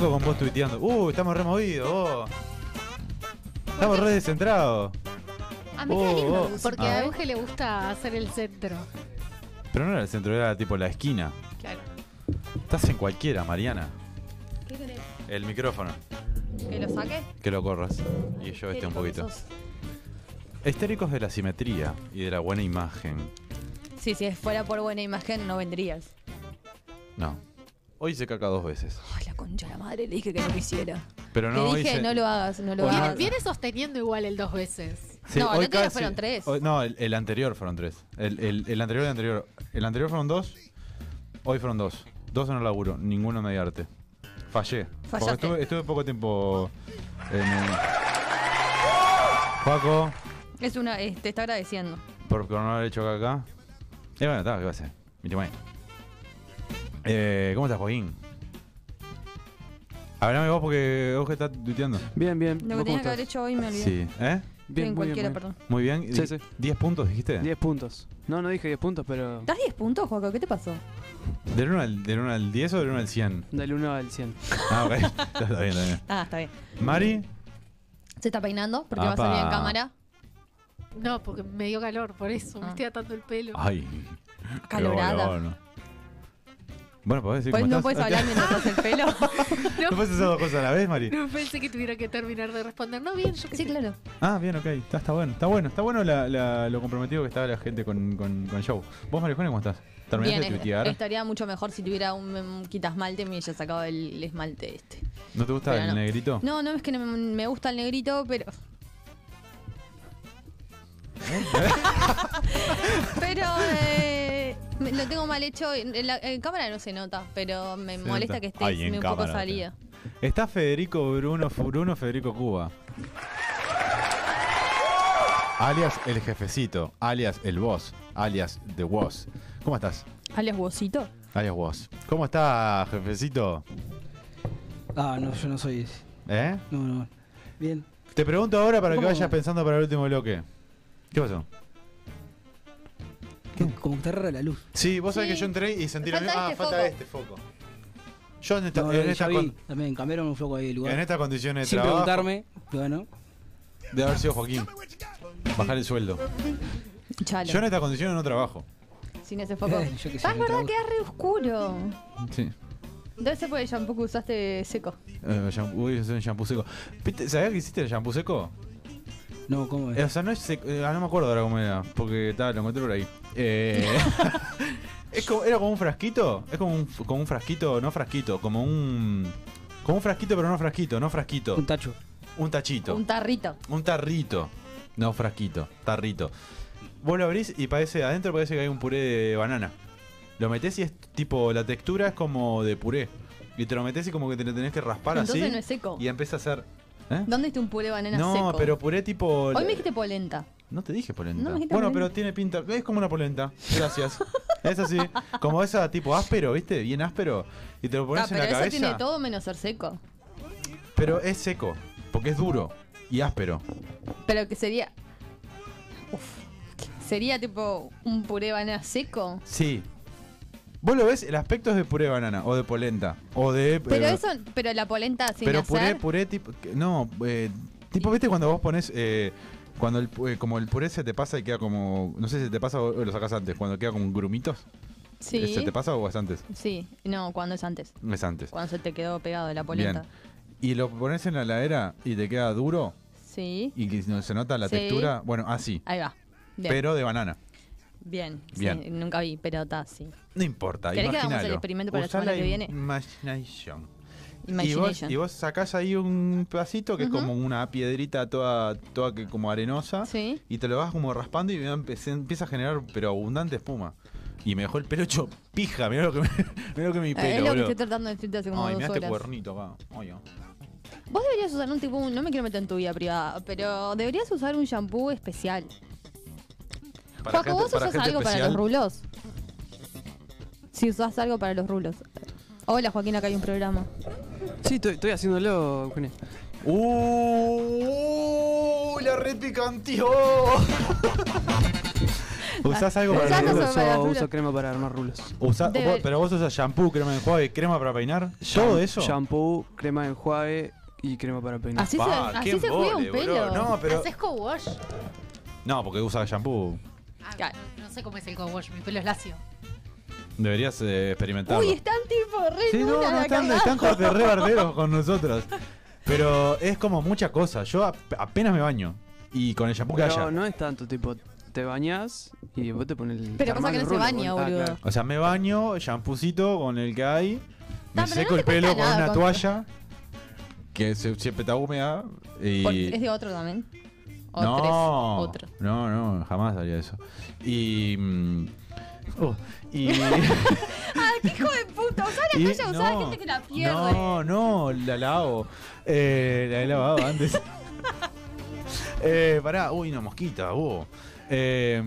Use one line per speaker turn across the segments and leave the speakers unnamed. loco con vos tuiteando. Uh, estamos removidos, oh. Estamos re descentrados.
A mí
Oh,
me da lindo,
oh.
porque
Ah.
a Euge le gusta hacer el centro.
Pero no era el centro, era tipo la esquina.
Claro.
Estás en cualquiera, Mariana.
¿Qué querés?
El micrófono,
¿Que lo saque?
que lo corras. Y yo este un poquito. Histéricos de la simetría y de la buena imagen.
Sí, si fuera por buena imagen no vendrías.
No. Hoy hice caca dos veces.
Ay, la concha de la madre, le dije que no lo hiciera.
Pero
Le
no
dije,
hice.
no lo hagas, no lo
Hoy
hagas.
Ah.
Viene, viene sosteniendo igual el dos veces.
No, el
hoy
otro día fueron tres.
hoy- no, el, el anterior fueron tres. El, el- el anterior, el anterior. El anterior fueron dos. Hoy fueron dos. Dos en el laburo, ninguno en mediarte. Fallé. Porque
Fallaste.
estuve, estuve poco tiempo en el... Paco,
Es una, eh, te está agradeciendo.
por, por no haber hecho caca. Y bueno, está, ¿qué va a hacer? Mi timón. Eh, ¿Cómo estás, Joaquín? Hablame vos porque Oje está tuiteando.
Bien, bien.
Lo que tenía que haber hecho hoy me olvidé.
Sí. ¿Eh?
Estoy en
muy
cualquiera,
muy
perdón.
Muy bien.
Sí, sí.
¿10 puntos dijiste?
10 puntos. No, no dije 10 puntos, pero
¿Estás 10 puntos, Joaco? ¿Qué te pasó?
¿Del 1 al, del uno al 10 o del 1 al 100?
del 1 al 100.
Ah, ok. está bien, está bien.
Ah, está bien.
Mari,
Se está peinando porque va a
Apa.
salir en cámara.
No, porque me dio calor, por eso. Me
Ah.
estoy atando el pelo.
ay.
Calorada.
qué bueno. Bueno, podés decir
Pues
cómo
no
estás?
puedes hablar mientras te haces el pelo.
¿No puedes hacer dos cosas a la vez, Mari?
No pensé que tuviera que terminar de responder. No, bien, yo qué
sí,
sé.
claro.
Ah, bien, ok. Está, está bueno. Está bueno, está bueno la- la- lo comprometido que está la gente con, con, con show. ¿Vos, Marijuana, cómo estás?
Bien,
¿Terminaste de
es-
tuitear?
estaría mucho mejor si tuviera un, un quitasmalte me haya sacado el, el esmalte este.
¿No te gusta
Pero
el
no.
negrito?
No, no es que no me, me gusta el negrito, pero. pero eh, me- lo tengo mal hecho. En, en la, en cámara no se nota, pero me molesta que esté
Ay, en
un poco
cámara,
salida.
Está Federico Bruno, Bruno Federico Cuba. Alias el jefecito, alias el boss, alias the boss. ¿Cómo estás?
¿Alias Bocito?
Alias boss. ¿Cómo está, jefecito?
Ah, no, yo no soy ese.
¿Eh?
No, no. Bien.
Te pregunto ahora para que
¿Cómo?
vayas pensando para el último bloque. ¿Qué pasó?
Como que está rara la luz.
Sí, vos sabés
Sí.
que yo entré y sentí lo
Falta
mismo. Ah,
este
falta
foco.
este foco. Yo en, esta-
No, no,
en
ya
esta
vi.
con-
También cambiaron un foco ahí de lugar.
en estas condiciones de
Sin
trabajo.
preguntarme. Bueno.
De haber sido Joaquín. Bajar el sueldo.
Chalo.
Yo en estas condiciones no trabajo.
Sin ese foco.
Eh, yo qué sé,
Ah, es
yo
verdad
trabajo.
que es re oscuro.
Sí.
Debe ser porque el shampoo que usaste seco.
Eh, shampoo- uy, es un shampoo seco. ¿Viste- ¿Sabías que hiciste el shampoo seco?
No, ¿cómo
Eh, o
es?
sea, no es seco. eh, ah, no me acuerdo ahora cómo era, porque ta, lo encontré por ahí. Eh, es como, era como un frasquito. Es como un, como un frasquito, no frasquito, como un. Como un frasquito, pero no frasquito, no frasquito.
Un tacho.
Un tachito.
Un tarrito.
Un tarrito. No frasquito, tarrito. Vos lo abrís y parece, adentro parece que hay un puré de banana. Lo metés y es tipo, la textura es como de puré. Y te lo metés y como que te lo tenés que raspar
Entonces
así.
no es seco.
Y empieza a hacer. ¿Eh?
¿Dónde está un puré de banana
No,
seco?
pero puré tipo.
Hoy me dijiste polenta.
No te dije polenta.
No me dijiste
bueno,
polenta.
pero tiene pinta. Es como una polenta. Gracias. es así. Como esa tipo áspero, ¿viste? Bien áspero. Y te lo pones
Ah,
en
pero
la
eso
cabeza.
tiene todo menos ser seco.
Pero es seco. Porque es duro. Y áspero.
Pero que sería. Uf. Sería tipo un puré de banana seco.
Sí. Vos lo ves, el aspecto es de puré de banana. O de polenta. O de.
Pero
eh,
eso, pero la polenta sin
Pero puré,
hacer.
puré tipo. que- No, eh, tipo, ¿viste cuando vos pones. eh, cuando el, pu- eh, como el puré se te pasa y queda como. No sé si te pasa o o lo sacas antes. Cuando queda como grumitos. eh,
sí.
¿Se te pasa o es antes?
Sí, no, cuando es antes.
Es antes.
Cuando se te quedó pegado de la polenta.
Bien. Y lo pones en la heladera y te queda duro
Sí.
y que no- se nota la
Sí.
textura. Bueno, así.
Ahí va. Bien.
Pero de banana.
bien. sí,
Bien.
nunca vi, pero está, sí.
No importa.
¿Querés que hagamos el
imagínalo.
experimento para la
Usá
semana que viene?
Imagination. Y vos,
Imagination.
y vos sacás ahí un pedacito que
Ujú.
es como una piedrita toda, toda que como arenosa.
Sí.
Y te lo vas como raspando y empecé- empieza a generar pero abundante espuma. Y me dejó el pelo hecho pija. Mirá lo que, me, mirá lo que mi
Eh, es
pelo,
lo que
boludo.
estoy tratando de decirte hace como
Ay,
dos
mirá este
horas.
cuernito acá. Ay, oh.
Vos deberías usar un tipo, no me quiero meter en tu vida privada, pero deberías usar un shampoo especial.
Para
Joaco,
gente-
¿vos
para
usás
gente
algo para
especial.
los rulos? Si usás algo para los rulos. Hola Joaquín, acá hay un programa.
Sí, estoy, estoy haciéndolo, Eugenio.
¡Uh! ¡La red picanteó! Usás algo
Usás
para
eso
armar
sobre las
uso,
rulas.
uso crema para armar rulos.
Usa-
Debe-
vos- pero vos usas shampoo, crema de enjuague, crema para peinar, todo eso.
Shampoo, crema de enjuague y crema para peinar.
Así
Pa,
se,
qué
así se cuida
embole,
un
boludo.
pelo.
No, pero
¿Haces co-wash?
no, porque usa shampoo.
Ah,
Claro.
no, no sé cómo es el co-wash, mi pelo es lacio.
Deberías eh, experimentarlo.
Uy, están tipo re
Sí, no,
duras
no,
la
están,
cama.
están corte re barberos con nosotros. Pero es como mucha cosa. Yo ap- apenas me baño. Y con el shampoo que haya.
Pero no es tanto, tipo, te bañas y vos te pones el.
Pero
te
pasa
armás
que
los
no se
rulos,
baña,
boludo.
boludo.
O sea, me baño, champucito con el que hay. Me
Ta, pero
seco
no te
el
cuesta
pelo con
nada,
una
con-
toalla. Que se- siempre está húmeda. Y...
Por- ¿Es de otro también? O tres.
no,
Otro.
no, no, jamás haría eso. Y. mm, oh, y.
¡Ay, ¡Ah, qué hijo de puta! Usá
y-
la toalla, usá la
no,
gente que la pierde.
No, no, la lavo. Eh, la he lavado antes. eh, pará, uy, una mosquita, vos. Eh,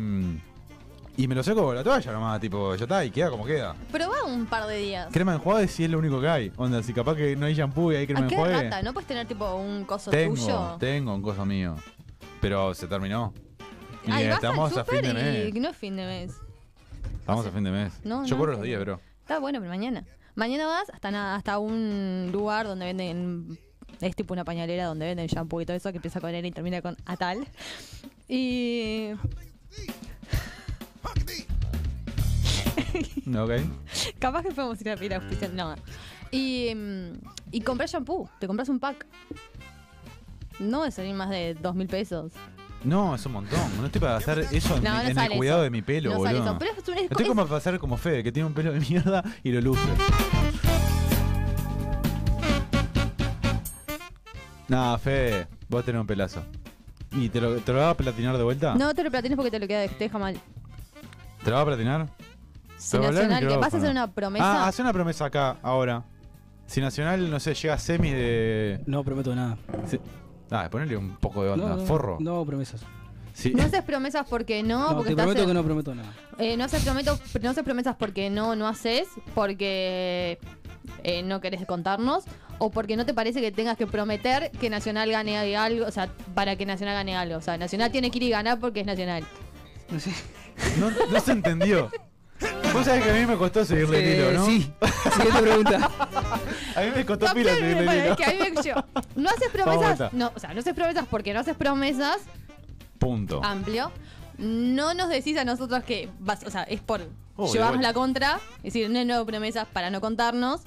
y me lo seco con la toalla nomás, tipo, ya está, y queda como queda.
Probá un par de días.
Crema de enjuague sí es lo único que hay. Onda, si capaz que no hay shampoo y hay crema
¿A
de
qué
enjuague.
rata? ¿No puedes tener tipo un coso
tengo,
tuyo?
tengo un coso mío. Pero se terminó. Y
Ay, vas al
estamos a fin
súper
de mes.
y no es fin de mes.
Estamos a fin de mes.
No,
Yo
no,
corro los
que-
días, bro.
Está bueno, pero mañana. Mañana vas hasta nada, hasta un lugar donde venden. Es tipo una pañalera donde venden shampoo y todo eso que empieza con N y termina con Atal. Y.
Ok.
Capaz que podemos ir a pedir auspicio. No. Y. mm, Y compras shampoo. Te compras un pack. No es salir más de dos mil pesos.
No, es un montón. No estoy para hacer eso en,
No,
mi-
no
en el
sale
cuidado
eso.
de mi pelo,
no sale
boludo.
eso. Pero es, es-
Estoy
es-
como para hacer como Fede, que tiene un pelo de mierda y lo luce. Nada, Fede, vos tenés un pelazo. ¿Y te lo, te lo vas a platinar de
Ah.
vuelta?
No te lo platines porque te lo queda de- te deja mal.
¿Te lo vas a platinar?
Si
volá el
Nacional, que vas a
micrófono.
hacer una
Ah,
promesa.
hace una promesa acá, ahora. Si Nacional, no sé, llega a semis de.
No prometo nada.
si- Ah, ponele un poco de
No,
onda.
no,
Forro.
No, promesas.
Sí.
no haces promesas porque no,
No,
porque
te
estás.
prometo
en-
que no prometo nada.
Eh, no, haces prometo, no haces promesas porque no, no haces, porque eh, no querés contarnos, o porque no te parece que tengas que prometer que Nacional gane algo, o sea, para que Nacional gane algo. O sea, Nacional tiene que ir y ganar porque es Nacional.
No sé.
No, no se entendió. Vos sabés que a mí me costó seguirle el hilo,
Eh,
¿no?
Sí. Siguiente pregunta.
A mí me costó pila
Campeón,
seguirle el
para,
hilo.
es que ahí me- yo- No haces
vuelta.
promesas, no, o sea, no haces promesas porque no haces promesas,
Punto.
amplio. No nos decís a nosotros que vas, o sea, es por
Oh, de
llevarnos
vuelta.
la contra, es decir, no, no promesas para no contarnos.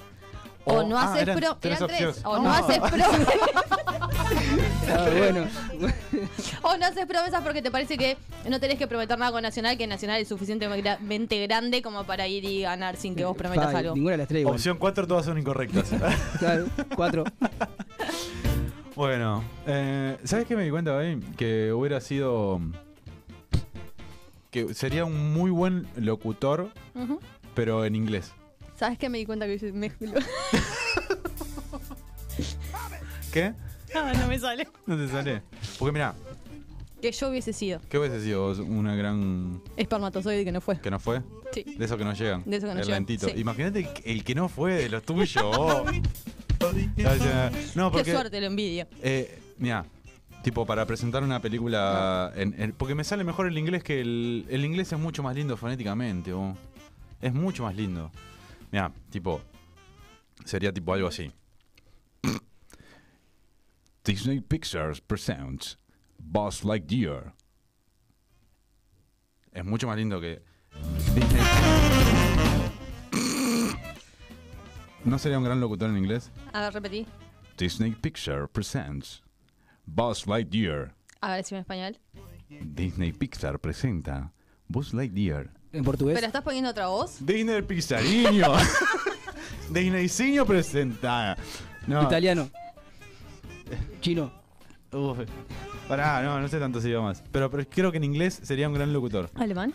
O,
O-
no
ah,
haces
eran
pro-
tres
eran tres,
opciones.
o
No.
no haces promesas.
Ah, bueno.
O Oh, no haces promesas porque te parece que no tenés que prometer nada con Nacional, que Nacional es suficientemente grande como para ir y ganar sin que vos prometas
Pa,
algo.
Ninguna de las tres igual.
Opción 4, todas son incorrectas.
Claro, cuatro.
bueno, eh, ¿sabes qué me di cuenta hoy? Que hubiera sido. Que sería un muy buen locutor,
Ujú.
pero en inglés.
¿Sabes qué me di cuenta que yo me
¿Qué?
Ah, no me sale.
No te sale. Porque mira,
Que yo hubiese sido
¿qué hubiese sido vos una gran.
espermatozoide que no fue.
que no fue?
Sí.
De esos que no llegan.
De esos que no
el
llegan,
lentito.
sí.
Imagínate el que no fue de los tuyos. vos. O sea, no,
Qué
porque.
suerte, lo envidio.
Eh, mira, tipo para presentar una película. en- en- porque me sale mejor el inglés que el. El inglés es mucho más lindo fonéticamente, vos. Es mucho más lindo. Mira, tipo. Sería tipo algo así. Disney Pixar presents Boss Like Deer. Es mucho más lindo que. Disney. ¿No sería un gran locutor en inglés?
A ver, repetí.
Disney Pixar presents Buzz Lightyear.
A ver, si en español.
Disney Pixar presenta Buzz Lightyear.
En portugués.
¿Pero estás poniendo otra voz?
Disney Pixariño. Disney Ciño presenta. No.
Italiano. Chino.
Uf. Pará, no, no sé tantos idiomas. Pero, pero creo que en inglés sería un gran locutor.
¿Alemán?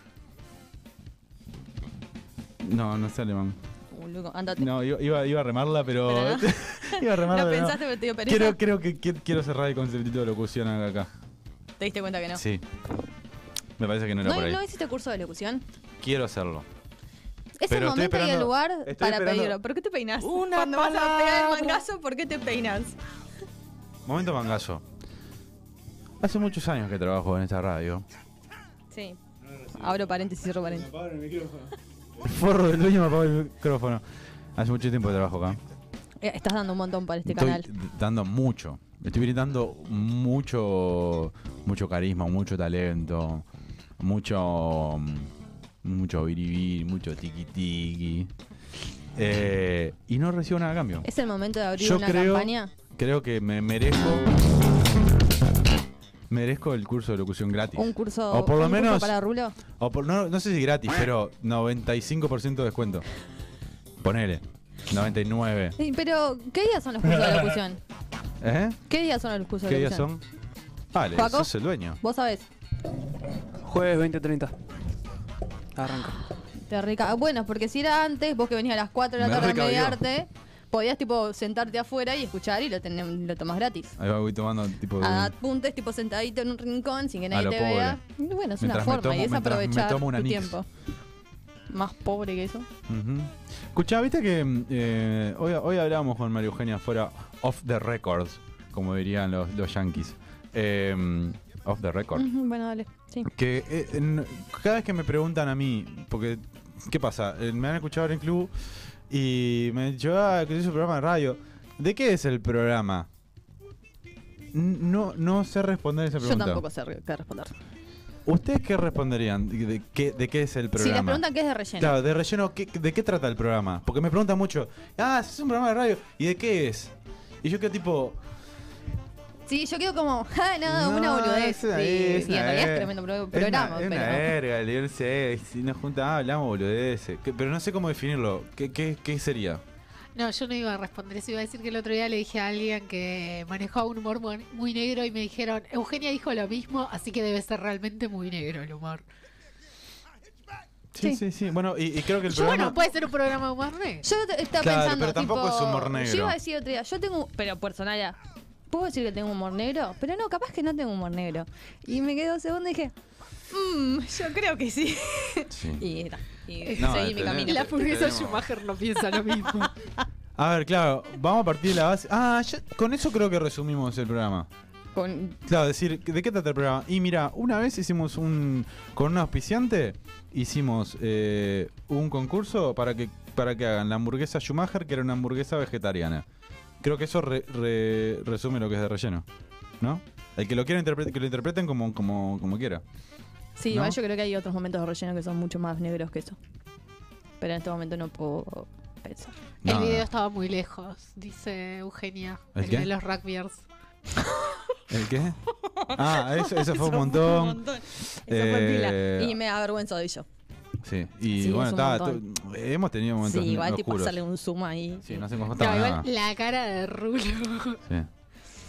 No, no sé alemán.
Un Uh, loco, andate.
No, iba- iba, iba a remarla, pero.
Pero
iba a remarla.
Lo
pero no.
pensaste, pero te dio pereza.
Quiero, creo que que- quiero cerrar el conceptito de locución acá.
Te diste cuenta que no.
Sí. Me parece que no era
¿No,
por ahí.
no hiciste curso de locución?
Quiero hacerlo.
Es el
Pero estoy
momento y el
esperando-
lugar
estoy
para
esperando-
pedirlo. ¿Por qué te peinas?
Una
Cuando vas a pegar el
palabra.
mangazo, ¿por qué te peinas?
Momento mangazo. Hace muchos años que trabajo en esta radio.
Sí. Abro paréntesis, cierro paréntesis.
Forro del dueño me apagó el micrófono. Hace mucho tiempo que trabajo acá.
Eh, Estás dando un montón para este
Estoy
canal.
d- dando mucho. Estoy brindando mucho, mucho carisma, mucho talento, mucho, mm, mucho biribir, mucho tiki tiki. Eh, y no recibo nada a cambio.
¿Es el momento de abrir
Yo
una
creo-
campaña?
Creo que me merezco, merezco el curso de locución gratis.
¿Un curso,
O por lo
un curso
menos-
para Rulo?
O por- no, no sé si gratis, pero 95% de descuento. Ponele. 99.
Sí, Pero, ¿qué días son los cursos de locución?
¿Eh?
¿Qué días son los cursos
¿Qué
de
días
locución?
son? Vale,
¿Juaco?
sos el dueño.
Vos sabés,
Jueves 20.30. Arranca.
te rica. ah, Bueno, porque si era antes, vos que venías a las 4 de la
Me
tarde a
recabió.
mediarte, podías tipo sentarte afuera y escuchar y lo, tenés- lo tomás gratis.
Ahí va, voy tomando tipo de...
a apuntes tipo sentadito en un rincón sin que nadie
lo
te
pobre.
vea. Y Bueno, es
Mientras me
una forma
tomo-
y es
mientras me
aprovechar
tomo una
tu
Nix.
tiempo. Más pobre que eso.
Ujú. Escuchá, viste que mm, eh, hoy, hoy hablábamos con María Eugenia fuera off the records, como dirían los, los yankees. Eh, off the record.
Ujú, bueno, dale. Sí.
Que eh, en- cada vez que me preguntan a mí, porque, ¿qué pasa? Eh, me han escuchado ahora en el club y me han dicho, ah, que es un programa de radio. ¿De qué es el programa? N- No, no sé responder esa
Yo
pregunta.
tampoco sé re- qué responder.
¿Ustedes qué responderían? ¿De de qué, de qué es el
Si les
programa?
preguntan qué es de relleno.
Claro, de relleno, ¿qué- ¿de qué trata el programa? Porque me preguntan mucho, ah, es un programa de radio, ¿y de qué es? Y yo quedo tipo,
Sí, yo quedo como, ah, no,
"No,
una boludez.
es una-
Sí,
es
y en
una
realidad es
ver-
tremendo pro-
es
programa.
una- Es una
pero-
verga, el IRC, si nos juntamos, ah, hablamos boludeces. Que- Pero no sé cómo definirlo, ¿qué, qué, qué sería?
No, yo no iba a responder eso. Iba a decir que el otro día le dije a alguien que manejaba un humor mu- muy negro y me dijeron, Eugenia dijo lo mismo, así que debe ser realmente muy negro el humor.
Sí,
Sí.
sí, sí, bueno, y, y creo que el
Yo,
programa...
bueno, puede ser un programa de humor negro.
Yo te- estaba
Claro,
pensando,
pero tampoco
tipo,
es humor negro.
Yo iba a decir otro día, yo tengo, pero personal, ya, ¿puedo decir que tengo humor negro? Pero no, capaz que no tengo humor negro. Y me quedé dos segundos y dije, mmm, yo creo que sí.
Sí.
Y, era, y
No,
seguí mi
tenés-
camino.
Eh, La furguesa
Tenemos-
Schumacher no piensa lo mismo.
A ver, claro, vamos a partir de la base... Ah, ya- con eso creo que resumimos el programa.
Con-
Claro, decir, ¿de qué trata el programa? Y mira, una vez hicimos un. Con un auspiciante, hicimos eh, un concurso para que, para que hagan la hamburguesa Schumacher, que era una hamburguesa vegetariana. Creo que eso re- re- resume lo que es de relleno, ¿no? El que lo quiera interpretar, que lo interpreten como, como, como quiera.
sí,
¿No?
igual yo creo que hay otros momentos de relleno que son mucho más negros que eso. Pero en este momento no puedo pensar.
No,
el video
no.
estaba muy lejos, dice Eugenia,
¿El
el,
qué?
de los rugbyers.
¿El qué? Ah, eso, eso fue un
Fue
montón.
Eso
Eh,
fue pila. Y me avergüenzo de yo.
Sí, y
Sí, es
bueno,
un
ta,
montón.
tu- hemos tenido momentos
Sí, igual tipo
oscuros.
sale un zoom ahí.
Sí, no se
No,
nos contaba
igual
nada.
la cara de Rulo.
Sí.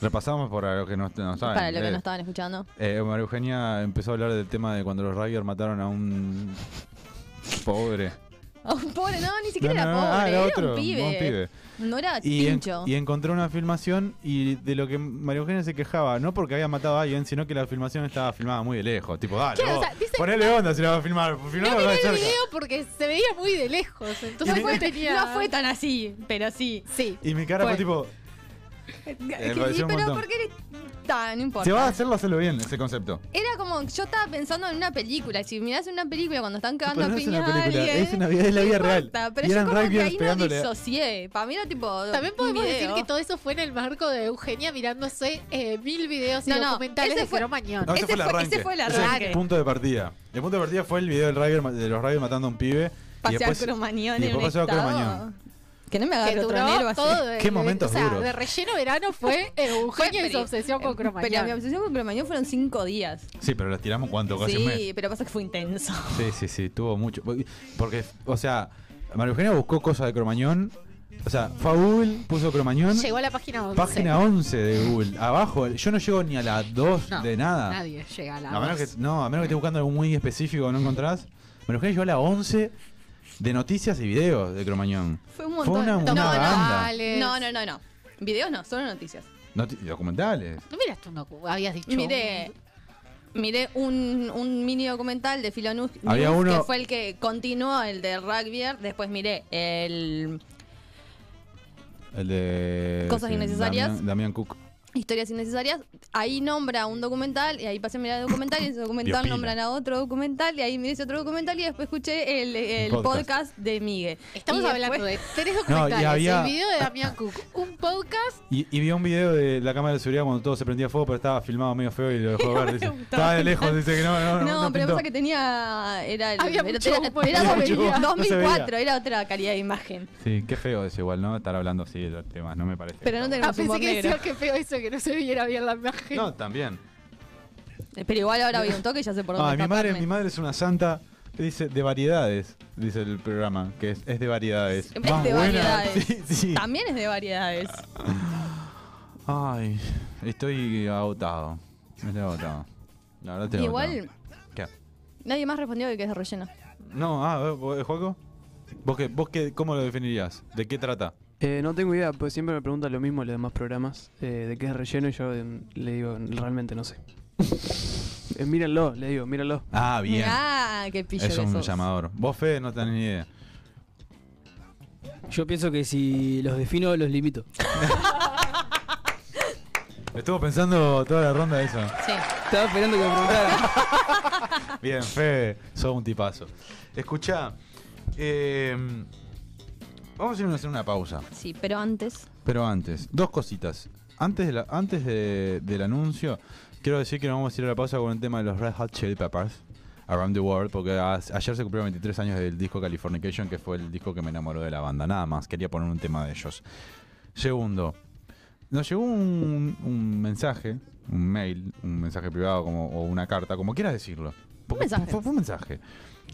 Repasamos por lo que no, no saben.
Para lo que
eh.
no estaban escuchando.
Eh, María Eugenia empezó a hablar del tema de cuando los Raiders mataron a un pobre.
Oh, pobre, no, ni siquiera
No,
era
no, no,
pobre,
ah,
era, un pibe.
un pibe.
No era
Y, en-
pincho.
y encontró una filmación y de lo que María Eugenia se quejaba, no porque había matado a alguien, sino que la filmación estaba filmada muy de lejos. Tipo, dale,
Claro, o
vos,
sea, dice-
ponele onda si la va a filmar.
No,
Filmame acá
miré
de
el
cerca.
video porque se veía muy de lejos, entonces
Y
no
mi-
tenía...
No fue tan así, pero sí. Eh,
Sí.
Y mi cara fue
Fue.
tipo,
Que
pareció
sí,
un
pero
montón.
porque eres. Ta, no importa.
si vas a hacerlo, hazlo bien, ese concepto.
Era como, yo estaba pensando en una película. y Si mirás una película cuando están cagando a
Pero no es
piña
una
a
película,
alguien,
es una vida, es la
no
vida real.
importa, Pero
Y
yo
eran
como que
rugbyers
ahí no
pegándole a-
disocié. Para mí era tipo.
También
un
podemos decir
video.
que todo eso fue en el marco de Eugenia mirándose eh, mil videos y
No, no,
documentales
ese
de
fue-
Jero Mañón.
No, ese,
Ese
fue
fue-
el
ese
arranque.
fue el
Ese es
arranque.
punto de partida. El punto de partida fue el video del Rider ma- de los Raiders matando a un pibe. y
Pasé a
después,
Cromañón
y
en un
después pasó a
estado.
Cromañón.
Que no me
que
agarre otro negro
duró
así.
todo de,
Qué momentos
o sea,
duros.
de relleno verano fue eh, Eugenia y su
pero-
obsesión con Cromañón.
eh, Pero mi obsesión con Cromañón fueron cinco días.
Sí, pero los tiramos cuánto, casi un mes.
Sí, pero pasa que fue intenso.
Sí, sí, sí, tuvo mucho. Porque, o sea, María Eugenia buscó cosas de Cromañón. O sea, fue a Google, puso Cromañón.
Llegó a la página 11.
página 11 de Google. Abajo, yo no llego ni a la 2
No,
de nada.
Nadie llega a la
A menos que,
11.
no, a menos que estés buscando algo muy específico que no encontrás. María Eugenia llegó a la 11 de noticias y videos de Cromañón.
Fue un montón.
Fue una, una
no,
banda.
Documentales.
no, no, no, no. Videos no, solo noticias.
Noti- documentales.
¿No miraste un docu? Habías dicho.
Miré, miré un, un mini documental de Filo News,
Había
News,
uno-
que fue el que continuó el de rugby. Después miré el
El de.
Cosas
sí,
innecesarias.
Damián, Damián Cook.
historias innecesarias, ahí nombra un documental y ahí pasé a mirar el documental y en ese documental
opina.
nombran a otro documental y ahí miré ese otro documental y después escuché el, el
Podcast.
podcast. de Migue.
Estamos
Y después-
hablando de tres documentales,
había-
el video de Damián Cook, un podcast
Y, y vi un video de la cámara de seguridad cuando todo se prendía fuego, pero estaba filmado medio feo y lo dejó ver. dice.
gustaba
Estaba de lejos, dice que no, no, no.
No,
no
pero
pintó.
pasa que tenía. Era, el-
Había
era,
mucho
era-
humo,
era
no se
2000,
veía.
2004, era otra calidad de imagen.
Sí, qué feo es igual, ¿no? Estar hablando así de los temas, no me parece.
Pero no
Ah,
tenemos
pensé
humor
que
negro.
decía que feo eso, que no se viera bien la imagen.
No, también.
Pero igual ahora vi un toque y ya sé por dónde
Ay, Ah, mi madre,
escaparme.
mi madre es una santa. Dice de variedades, dice el programa, que es, es de variedades.
Es de variedades.
Sí, sí. Ah,
También es de variedades.
Ay, estoy agotado. Estoy agotado. La verdad estoy
Igual
agotado. ¿Qué?
nadie más respondió de que es de relleno.
No, ah, ¿el juego? ¿Vos, qué, vos qué, cómo lo definirías? ¿De qué trata?
Eh, no tengo idea, pues siempre me preguntan lo mismo en los demás programas, eh, de qué es relleno, y yo eh, le digo, realmente no sé. Eh, mírenlo, le digo, mírenlo.
Ah, bien.
Mirá, qué pillo
es
que
un
sos.
llamador. Vos, Fede, Eh, no tenés ni idea.
Yo pienso que si los defino, los limito.
Estuvo pensando toda la ronda de eso.
Sí.
Estaba esperando que me preguntaran.
Bien, Fede, sos un tipazo. Escuchá, eh, vamos a irnos a hacer una pausa.
Sí, pero antes.
Pero antes, dos cositas. Antes, de la- antes de- del anuncio, quiero decir que nos vamos a ir a la pausa con el tema de los Red Hot Chili Peppers. Around the World, porque a- ayer se cumplieron 23 años del disco Californication, que fue el disco que me enamoró de la banda. Nada más, quería poner un tema de ellos. Segundo, nos llegó un, un mensaje, un mail, un mensaje privado como, o una carta, como quieras decirlo. Porque
mensaje.
Fue, fue un mensaje.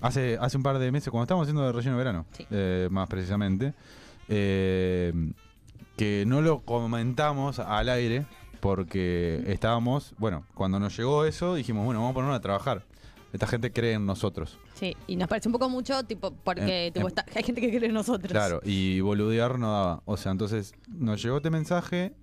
Hace, hace un par de meses, cuando estábamos haciendo de relleno de verano,
Sí.
eh, más precisamente, eh, que no lo comentamos al aire porque estábamos, bueno, cuando nos llegó eso dijimos, bueno, vamos a ponernos a trabajar. Esta gente cree en nosotros.
Sí, y nos parece un poco mucho, tipo, porque
Eh,
tipo,
eh.
está- hay gente que cree en nosotros.
Claro, y boludear no daba. O sea, entonces nos llegó este mensaje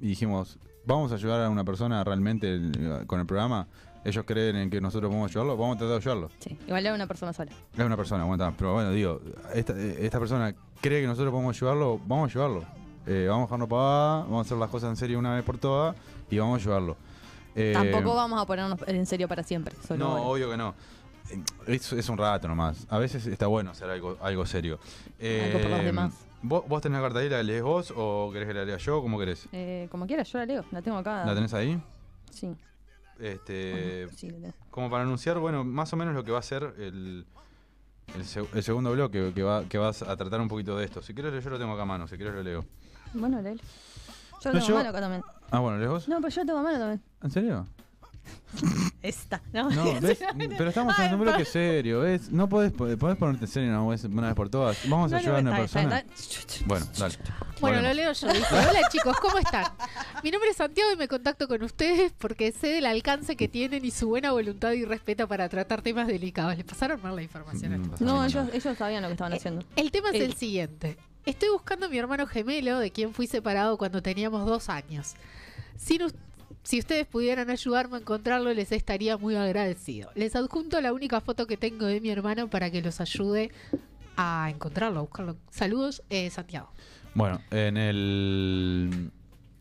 y dijimos, vamos a ayudar a una persona realmente el- con el programa. Ellos creen en que nosotros podemos ayudarlo, vamos a tratar de ayudarlo.
Sí, igual era una persona sola.
Es una persona, aguanta. Pero bueno, digo, esta, esta persona cree que nosotros podemos ayudarlo, vamos a ayudarlo. Eh, vamos a dejarnos pavada, vamos a hacer las cosas en serio una vez por todas y vamos a ayudarlo. Eh,
Tampoco vamos a ponernos en serio para siempre. Solo
no,
ahora.
obvio que no. Eh, Es, es un rato nomás. A veces está bueno hacer algo, algo serio.
Algo por los
Eh,
demás.
¿Vos, vos tenés la carta ahí, la lees vos o querés que la lea yo? ¿Cómo querés?
Eh, como quieras, yo la leo. La tengo acá.
¿La tenés ahí?
Sí.
Este,
bueno, sí, la tengo.
como para anunciar, bueno, más o menos lo que va a ser el, el, seg- el segundo bloque que, va, que vas a tratar un poquito de esto. Si quieres, yo lo tengo acá a mano. Si quieres, lo leo.
Bueno, léelo. Yo
No,
la tengo
yo-
a mano acá también.
Ah, bueno, ¿lees vos?
No, pero yo la tengo a mano también.
¿En serio?
Esta. No,
No, ¿ves? Pero estamos en un bloque serio, ¿ves? No podés, po- podés ponerte serio una vez, una vez por todas. Vamos a ayudar a una persona. Bueno, dale.
Bueno,
Volvemos.
lo leo yo. Dice, Hola chicos, ¿cómo están? Mi nombre es Santiago y me contacto con ustedes porque sé del alcance que tienen y su buena voluntad y respeto para tratar temas delicados. Les pasaron mal la información. a
Mm,
estos.
pasa
No,
nada.
ellos, ellos sabían lo que estaban haciendo.
El tema es
Eh.
el siguiente. Estoy buscando a mi hermano gemelo, de quien fui separado cuando teníamos dos años. Sin us- si ustedes pudieran ayudarme a encontrarlo, les estaría muy agradecido. Les adjunto la única foto que tengo de mi hermano para que los ayude a encontrarlo, a buscarlo. Saludos, eh, Santiago.
Bueno, en el.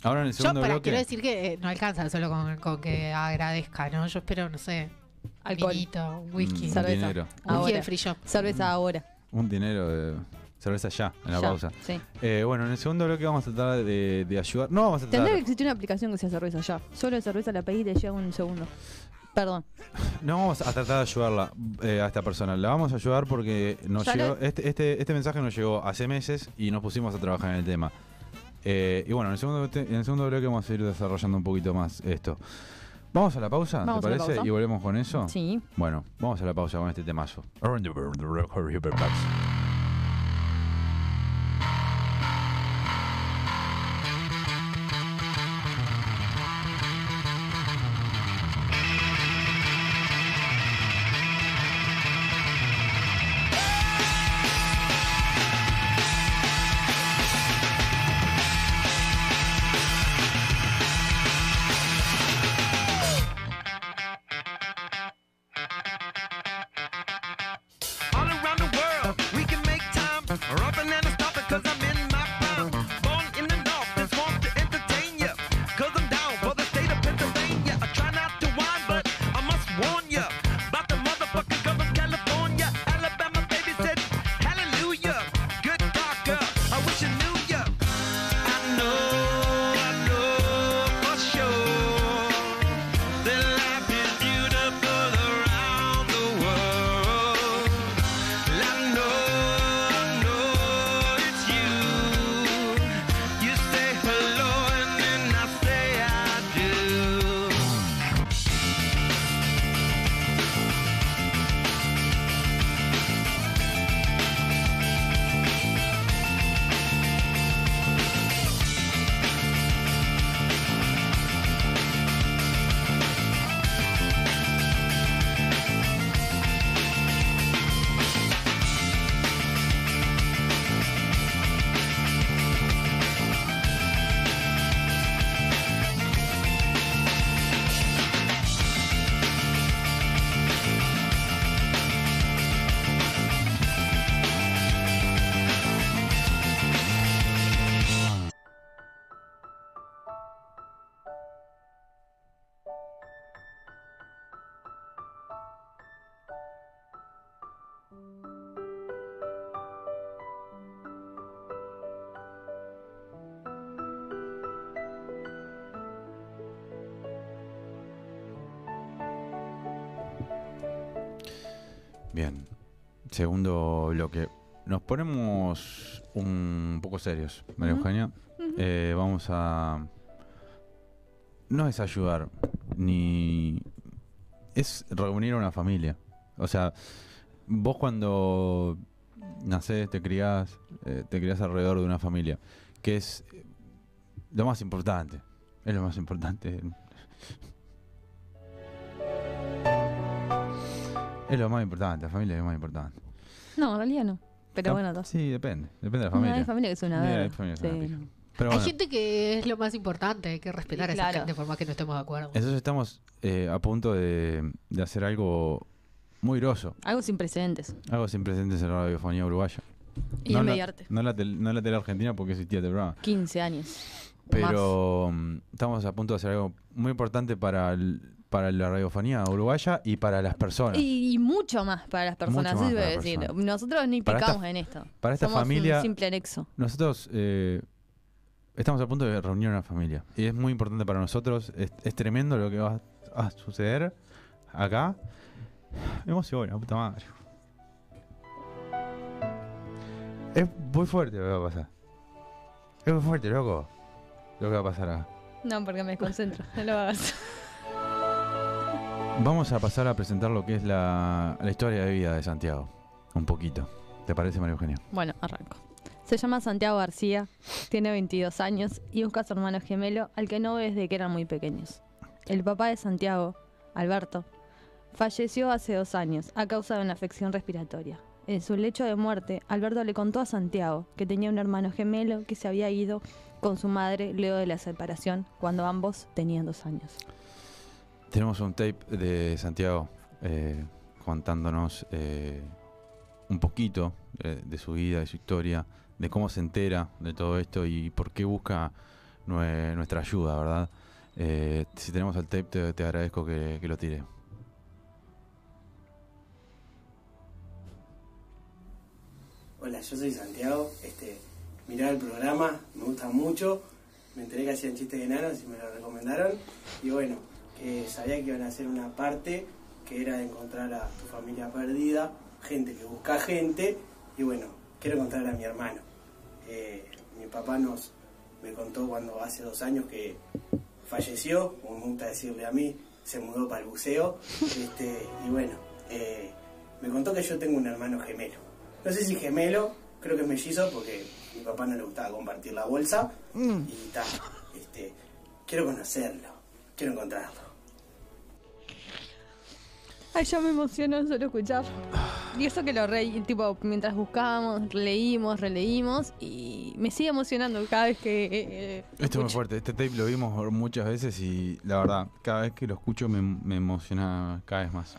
Ahora en el
Yo
segundo
para,
bloque.
quiero decir que eh, no alcanza solo con, con que agradezca, ¿no? Yo espero, no sé,
Alcohol.
vinito, whisky,
Mm,
whisky
Cerveza.
dinero. Mm.
Ahora.
de free shop.
Cerveza ahora.
Un dinero de cerveza ya, en la
Ya,
pausa.
Sí.
Eh, bueno, en el segundo bloque vamos a tratar de, de ayudar. No, vamos a
Tendría
tratar.
que existir una aplicación que sea cerveza ya. Solo de cerveza la pedí y te llega un segundo. Perdón.
No vamos a tratar de ayudarla eh, a esta persona. La vamos a ayudar porque nos
Ya
llegó,
lo-
este, este, este mensaje nos llegó hace meses y nos pusimos a trabajar en el tema. Eh, y bueno, en el, segundo, te- en el segundo bloque vamos a ir desarrollando un poquito más esto. Vamos a la pausa,
Vamos
¿te
a la
parece?
pausa.
Y volvemos con eso.
Sí.
Bueno, vamos a la pausa con este temazo.
All around the world, we
Bien. Segundo bloque. Nos ponemos un poco serios, María
Ujú.
Eugenia. Eh, vamos a. No es ayudar, ni. Es reunir a una familia. O sea, vos cuando nacés, te criás, eh, te criás alrededor de una familia, que es eh, lo más importante. Es lo más importante. Es lo más importante, la familia es lo más importante.
No, en realidad no. Pero
Ah,
bueno, dos.
Sí, depende, depende de la
No,
familia.
hay familia que es una
Mira, hay
verga.
familia que es una
Sí.
pija. Pero
Hay
bueno.
gente que es lo más importante, hay que respetar
Y
a esa
claro.
gente por más que no estemos de acuerdo.
Entonces estamos eh, a punto de, de hacer algo muy groso,
Algo sin precedentes.
algo sin precedentes en la radiofonía uruguaya.
Y
no,
es
la,
mediarte.
no, la tel- no la tele argentina porque existía este programa.
15 años.
Pero mm, estamos a punto de hacer algo muy importante para, el- para la radiofonía uruguaya y para las personas.
Y, y mucho más para las personas,
Mucho
eso
más
iba a
para las
decir.
personas.
Nosotros ni
Para esta-
picamos en esto.
para esta
Somos
familia-
un simple anexo.
Nosotros eh, estamos a punto de reunir una familia. Y es muy importante para nosotros. Es, es tremendo lo que va a suceder acá. Me emociona, puta madre. Es muy fuerte lo que va a pasar. Es muy fuerte, loco. Lo que va a pasar acá.
No, porque me desconcentro. No lo hagas.
Vamos a pasar a presentar lo que es la, la historia de vida de Santiago. Un poquito. ¿Te parece, María Eugenia?
Bueno, arranco. Se llama Santiago García, tiene 22 años y busca a su hermano gemelo, al que no ve desde que eran muy pequeños. El papá de Santiago, Alberto, falleció hace dos años a causa de una afección respiratoria. En su lecho de muerte, Alberto le contó a Santiago que tenía un hermano gemelo que se había ido con su madre luego de la separación, cuando ambos tenían dos años.
Tenemos un tape de Santiago eh, contándonos eh, un poquito eh, de su vida, de su historia, de cómo se entera de todo esto y por qué busca nue- nuestra ayuda, ¿verdad? Eh, si tenemos el tape, te, te agradezco que, que lo tire.
Hola, yo soy Santiago. Este, miraba el programa, me gusta mucho. Me enteré que hacían chistes de enanos y me lo recomendaron. Y bueno, que sabía que iban a hacer una parte que era de encontrar a tu familia perdida, gente que busca gente. Y bueno, quiero encontrar a mi hermano. Eh, mi papá nos me contó cuando hace dos años que falleció, como me gusta decirle a mí, se mudó para el buceo. Este, y bueno, eh, me contó que yo tengo un hermano gemelo. No sé si gemelo, creo que es mellizo porque a mi papá no le gustaba compartir la bolsa. Y tal, este, quiero conocerlo, quiero encontrarlo.
Ay, ya me emociono solo escuchar. Y eso que lo re, tipo, mientras buscábamos, leímos, releímos y me sigue emocionando cada vez que... eh, eh,
Esto es muy
escucho.
fuerte. Este tape lo vimos muchas veces y la verdad, cada vez que lo escucho me, me emociona cada vez más.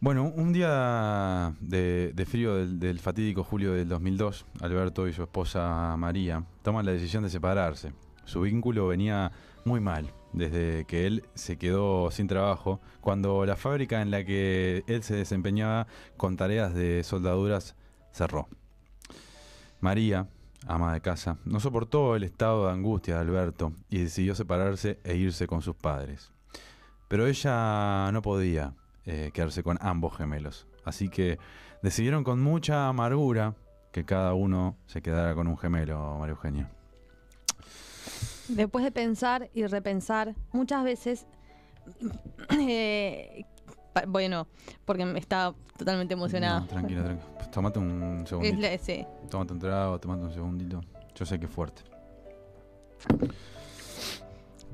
Bueno, un día de, de frío del, del fatídico julio del 2002, Alberto y su esposa María toman la decisión de separarse. Su vínculo venía muy mal desde que él se quedó sin trabajo cuando la fábrica en la que él se desempeñaba con tareas de soldaduras cerró. María, ama de casa, no soportó el estado de angustia de Alberto y decidió separarse e irse con sus padres. Pero ella no podía eh, quedarse con ambos gemelos, así que decidieron con mucha amargura que cada uno se quedara con un gemelo, María Eugenia.
Después de pensar y repensar, muchas veces... eh, pa- bueno, porque me estaba totalmente emocionada.
No, tranquilo, tranquilo. Pues tomate un
Es
segundito.
la- sí.
Tomate un trago, tomate un segundito. Yo sé que es fuerte.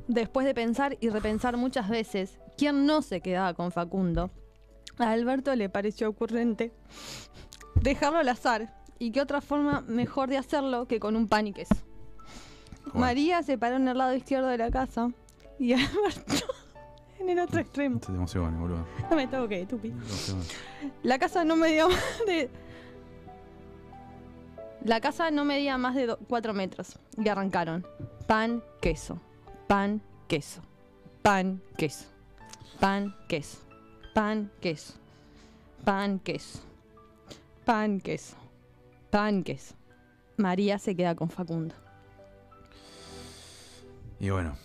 Después de pensar y repensar muchas veces quién no se quedaba con Facundo, a Alberto le pareció ocurrente dejarlo al azar y qué otra forma mejor de hacerlo que con un pan y queso.
Bueno,
María se paró en el lado izquierdo de la casa y Alberto en el otro extremo.
Te emociones, boludo.
No me toque, tupi.
Te emociones.
La casa no medía más de. La casa no medía más de 4 metros. Y arrancaron. Pan, queso. Pan, queso. Pan, queso. Pan, queso. Pan, queso. Pan, queso. Pan, queso. Pan, queso. María se queda con Facundo.
Y bueno,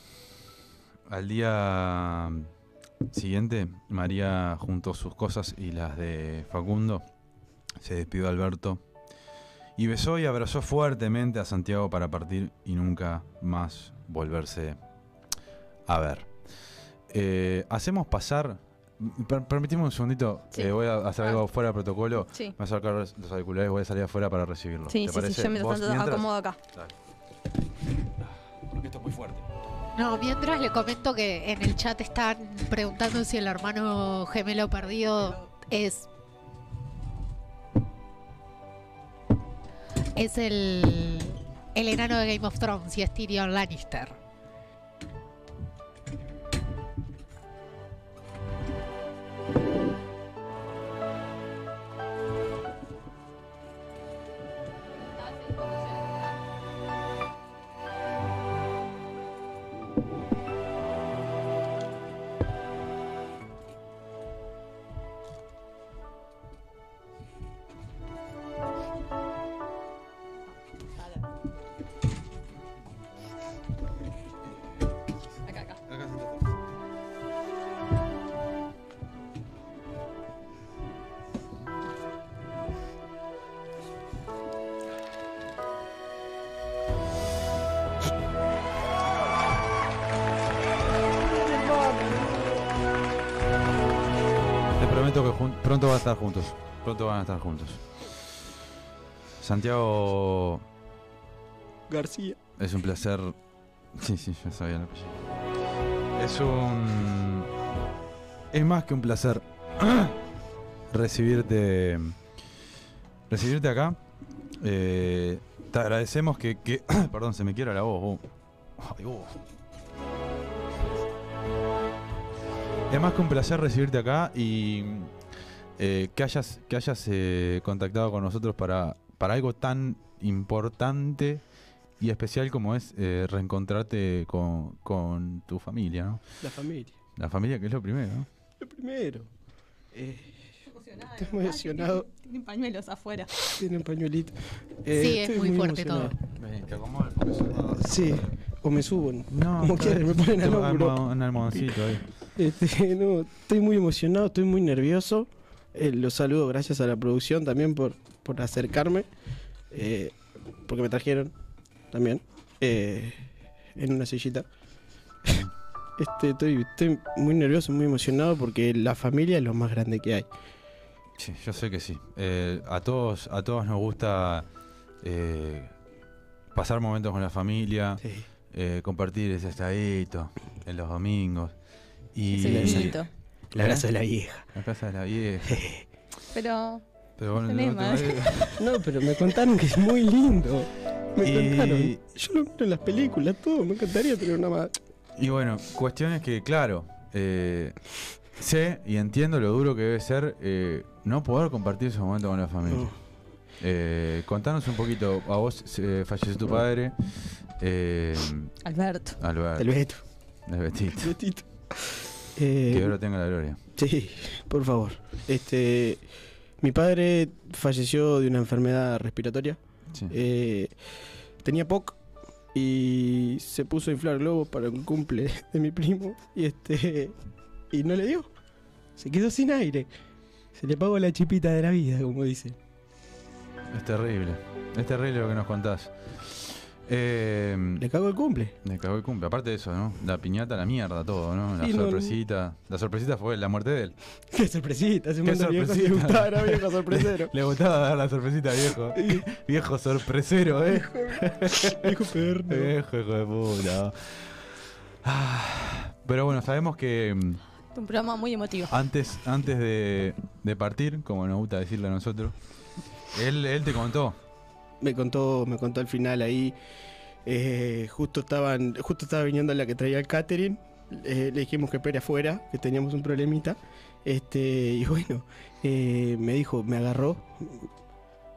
al día Siguiente, María juntó sus cosas y las de Facundo. Se despidió de Alberto y besó y abrazó fuertemente a Santiago para partir y nunca más volverse a ver. Eh, hacemos pasar. per- permitime un segundito,
Sí.
eh, voy a hacer algo
Ah.
fuera de protocolo.
Sí.
Me voy a sacar los los auriculares, voy a salir afuera para recibirlo.
Sí,
¿Te
sí, sí,
parece?
yo me
¿Vos mientras?
acomodo acá.
Dale. Porque esto es muy fuerte.
No, mientras le comento que en el chat están preguntando si el hermano gemelo perdido es. Es el. El enano de Game of Thrones, si es Tyrion Lannister.
Te prometo que jun- pronto van a estar juntos. Pronto van a estar juntos. Santiago,
García.
es un placer. Sí, sí, ya sabía el apellido. Es un. Es más que un placer recibirte. Recibirte acá. Eh, te agradecemos que. que- perdón, se me quiera la voz. vos. Ay, vos. Es más que un placer recibirte acá y eh, que hayas, que hayas eh, contactado con nosotros para, para algo tan importante y especial como es eh, reencontrarte con, con tu familia, ¿no?
La familia.
La familia que es lo primero, ¿no?
Lo primero. Eh, Estoy muy
¿verdad?
emocionado.
Tienen- Tienen pañuelos afuera.
tiene un pañuelito.
Sí, es
Eh, estoy
muy fuerte
emocionado. Ah,
Te acomodo el profesor.
Sí. O me suben.
No,
Como
está bien.
quieran, me ponen al
Te pongo
hombro.
almohad- un almohadoncito ahí.
Este, no, estoy muy emocionado, estoy muy nervioso. Eh, los saludo, gracias a la producción también por, por acercarme. eh, porque me trajeron también eh, en una sillita. Este, estoy, estoy muy nervioso, muy emocionado porque la familia es lo más grande que hay.
Sí, yo sé que sí. Eh, a todos, a todos nos gusta eh, pasar momentos con la familia,
Sí.
eh, compartir ese estadito en los domingos. Y ¿Eh?
Ese besito.
El abrazo de la vieja.
La casa de la vieja.
Pero
Pero bueno,
Tenés
no te
más.
vayas.
No, pero me contaron que es muy lindo. Me
Y-
contaron. Yo lo miro en las películas, todo. Me encantaría tener una más.
Y bueno, cuestiones que, claro, eh, sé y entiendo lo duro que debe ser eh, no poder compartir esos momentos con la familia.
No.
Eh, contanos un poquito, a vos eh, falleció tu padre, eh,
Alberto.
Alberto,
El Beto.
el Betito,
Betito. Eh,
que Dios lo tenga en la gloria.
Sí, por favor. Este, mi padre falleció de una enfermedad respiratoria.
Sí.
Eh, tenía POC y se puso a inflar globos para un cumple de mi primo y este y no le dio. Se quedó sin aire. Se le pagó la chipita de la vida, como dicen.
Es terrible, es terrible lo que nos contás. Eh,
Le cagó el cumple.
me cagó el cumple, aparte de eso, ¿no? La piñata, la mierda, todo, ¿no? La
Sí, no,
sorpresita. La sorpresita fue la muerte de él.
Qué sorpresita, se
Qué
mandó viejo si
sorpresita.
gustaba, era viejo sorpresero.
Le gustaba dar la sorpresita viejo. viejo sorpresero, ¿eh?
viejo perno.
Viejo hijo de puta. Ah, Pero bueno, sabemos que mm,
Un programa muy emotivo.
antes, antes de, de partir, como nos gusta decirle a nosotros, él, él te contó.
me contó, me contó al final ahí. eh, justo estaban, justo estaba viniendo la que traía el catering. eh, le dijimos que espere afuera, que teníamos un problemita. Este, y bueno, eh, me dijo, me agarró.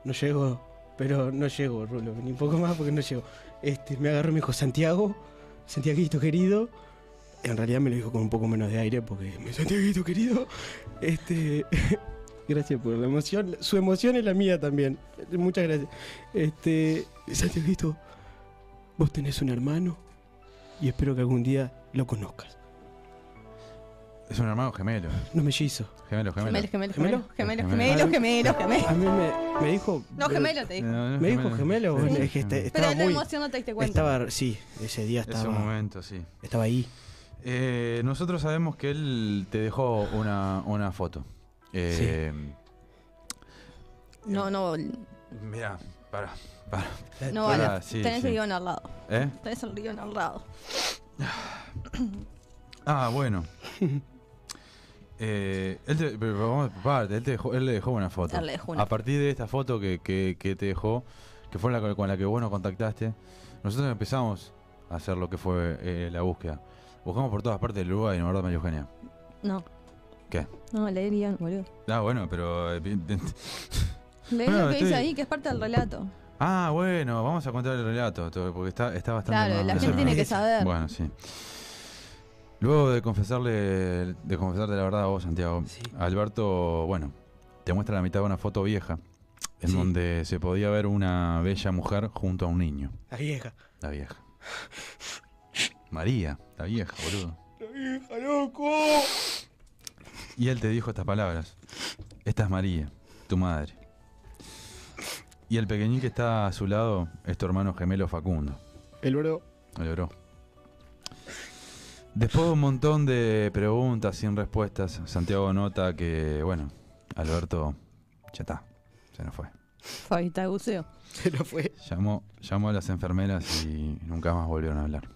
No llego, pero no llego, Rulo, ni un poco más porque no llego. Este, me agarró y me dijo, Santiago, Santiaguito querido. En realidad me lo dijo con un poco menos de aire porque me Santiaguito querido. Este. Gracias por la emoción. Su emoción es la mía también. Muchas gracias. Este, Santiaguito, vos tenés un hermano y espero que algún día lo conozcas.
Es un hermano gemelo.
No mellizo.
Gemelo, gemelo.
Gemelos, gemelos, gemelos, gemelos, gemelos,
¿Gemelo?
gemelos, gemelos.
A mí me, me dijo.
No, gemelo te dijo.
¿Me dijo gemelo?
Sí,
Bueno, es que este-
Pero
estaba
la
muy.
emoción no te diste cuenta.
Estaba, sí, ese día
Ese
estaba,
momento, sí.
estaba ahí.
Eh, nosotros sabemos que él te dejó una, una foto. Eh,
No, no,
Mirá, para, para.
no
Pará,
vale.
sí,
Tenés
sí.
el guión al lado.
¿Eh?
Tenés el guión al lado.
Ah, bueno. Eh, él te, pero vamos por parte, él, te dejó- él le dejó una foto.
Él le dejó una
a partir de esta foto que, que- que te dejó, que fue la con- con la que vos nos contactaste, nosotros empezamos a hacer lo que fue eh, la búsqueda. Buscamos por todas partes del Uruguay, ¿no verdad, María Eugenia?
No.
¿Qué?
No, leer guión, boludo.
Ah, bueno, pero... eh, bien- bien-
Leer
Bueno,
lo que
estoy-
dice ahí, que es parte del relato.
Ah, bueno, vamos a contar el relato, todo, porque está, está bastante...
Claro,
más-
la
más-
gente tiene que saber.
Bueno, sí. Luego de confesarle, de confesarte la verdad a vos, Santiago,
Sí.
Alberto, bueno, te muestra la mitad de una foto vieja, en
Sí.
donde se podía ver una bella mujer junto a un niño,
La vieja.
la vieja. María, la vieja, boludo.
La vieja, loco.
Y él te dijo estas palabras. Esta es María, tu madre. Y el pequeñín que está a su lado es tu hermano gemelo Facundo.
El bro.
Me logró. Después de un montón de preguntas sin respuestas, Santiago nota que, bueno, Alberto ya está, se nos fue.
Fabita buceo.
Se lo fue.
Llamó, llamó a las enfermeras y nunca más volvieron a hablar.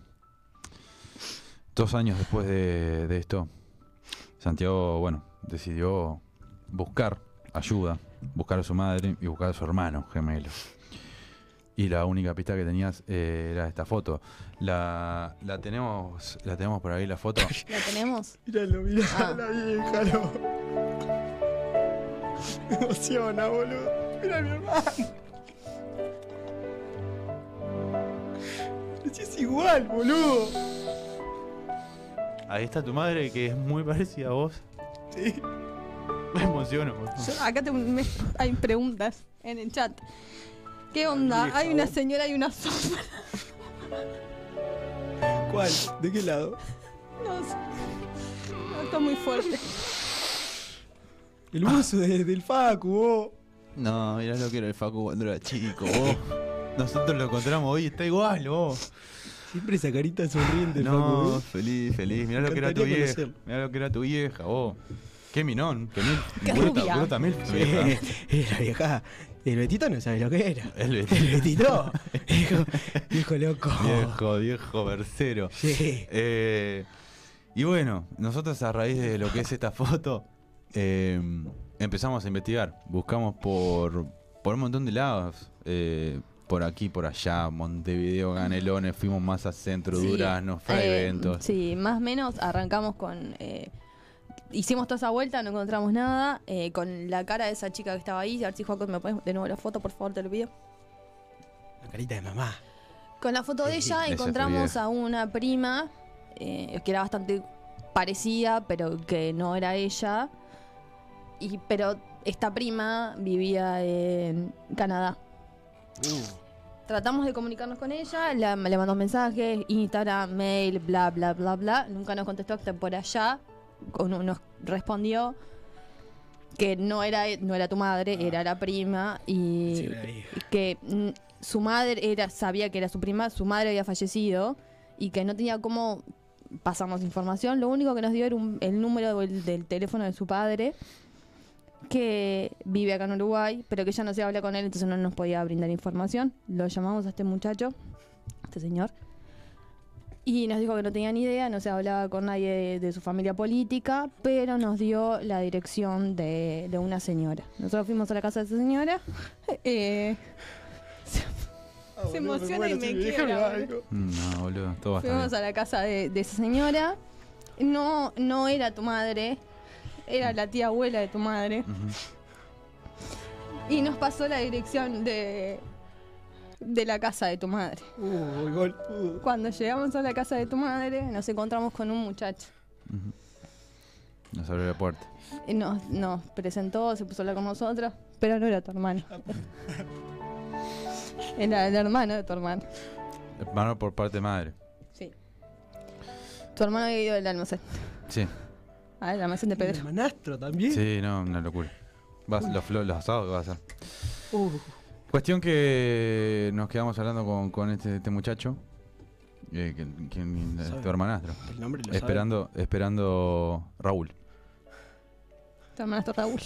Dos años después de, de esto, Santiago, bueno, decidió buscar ayuda, buscar a su madre y buscar a su hermano gemelo. Y la única pista que tenías eh, era esta foto. La, la tenemos la tenemos por ahí la foto.
¿La tenemos?
Míralo, mirá
Ah.
la vieja, loco. Me emociona, boludo. Mira a mi hermano. Pero si Es igual, boludo.
Ahí está tu madre que es muy parecida a vos.
Sí.
Me emociono.
Yo- acá te- me- hay preguntas en el chat. ¿Qué onda?
vieja,
hay una
vos.
señora y una sombra.
¿Cuál? ¿De qué lado?
No sé. No, está muy fuerte.
El buzo de- del Facu, vos.
No, mirá lo que era el Facu cuando era chico, vos. Nosotros lo encontramos hoy, está igual, vos.
Siempre esa carita sonriente, el Facu.
No,
¿vos?
feliz, feliz. Mirá lo que era tu
encantaría
vieja.
conocerlo.
Mirá lo que era tu vieja, vos. Qué minón, que mil.
Qué
bruta,
rubia.
bruta mil, tu
Eh,
vieja.
eh, la vieja. El Betito no sabe lo que era.
El
El
vestido.
Betito. Dijo, dijo loco.
Viejo, viejo versero.
Sí.
Eh, y bueno, nosotros a raíz de lo que es esta foto, eh, empezamos a investigar. Buscamos por, por un montón de lados. eh, por aquí, por allá, Montevideo, Ganelones, fuimos más a Centro,
Sí,
Durazno, Fray
eh,
Bentos.
Sí, más o menos arrancamos con. eh, hicimos toda esa vuelta, no encontramos nada. eh, con la cara de esa chica que estaba ahí. A ver si Joaco, me pones de nuevo la foto, por favor, te lo pido.
La carita de mamá.
Con la foto de
Esa
ella
fue
encontramos
vieja.
a una prima eh, que era bastante parecida, pero que no era ella. Y, pero esta prima vivía en Canadá. Tratamos de comunicarnos con ella, la- le mandó mensajes, Instagram, mail, bla, bla, bla, bla. Nunca nos contestó hasta por allá. Con, nos respondió que no era, no era tu madre, era la prima. Y
Ah. Sí, la vieja.
que mm, su madre era sabía que era su prima, su madre había fallecido y que no tenía cómo pasarnos información. Lo único que nos dio era un- el número del, del teléfono de su padre, que vive acá en Uruguay, pero que ya no se habla con él, entonces no nos podía brindar información. Lo llamamos a este muchacho, a este señor. Y nos dijo que no tenía ni idea, no se hablaba con nadie de, de su familia política, pero nos dio la dirección de, de una señora. Nosotros fuimos a la casa de esa señora. eh, Se emociona y me quiebra, boludo.
Mm, No, boludo, todo
Fuimos
bastante.
a la casa de, de esa señora. No, no era tu madre, era la tía abuela de tu madre. Y nos pasó la dirección de, de la casa de tu madre.
Uh, el gol. Uh.
Cuando llegamos a la casa de tu madre, nos encontramos con un muchacho.
Nos abrió la puerta.
Y nos, nos presentó, se puso a hablar con nosotros, pero no era tu hermano. Era el hermano de tu hermano.
Hermano por parte de madre.
Sí. Tu hermano había ido del almacén.
Sí.
Ah, la mansión de
El
Pedro.
manastro también.
Sí, no, una locura. Vas, los, flo- los asados que vas a hacer.
Uh.
Cuestión que nos quedamos hablando con, con este, este muchacho, eh, que, quien-
Sabe.
tu hermanastro.
El nombre lo sabe.
Esperando, esperando Raúl.
Tu hermanastro Raúl.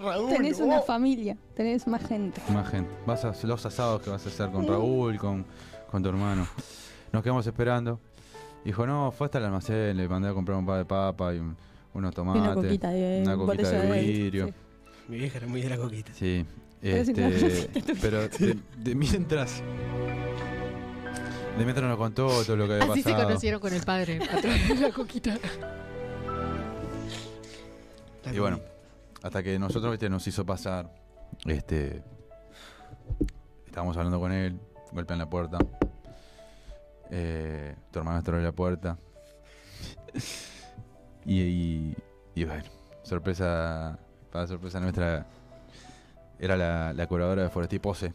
Raúl.
Tenés una
oh.
familia, tenés más gente.
Más gente. Vas a los asados que vas a hacer
Uh.
con Raúl, con, con tu hermano. Nos quedamos esperando. Dijo, no, fue hasta el almacén, le mandé a comprar un par de papas y un- unos
Y
tomates.
una coquita de
una coquita
botella
de
whisky,
vidrio.
sí.
Mi vieja era muy de la coquita.
Sí.
Pero sin
Este,
coquita
pero de, de mientras. De mientras nos contó todo lo que había
Así se
pasado.
conocieron con el padre, a través de la coquita.
La
y bueno,
coquita.
hasta que nosotros viste, nos hizo pasar. Este. Estábamos hablando con él, golpean la puerta. Eh, tu hermano abre la puerta. y, y, y bueno, sorpresa. Para sorpresa nuestra, era la, la curadora de Forestí Pose.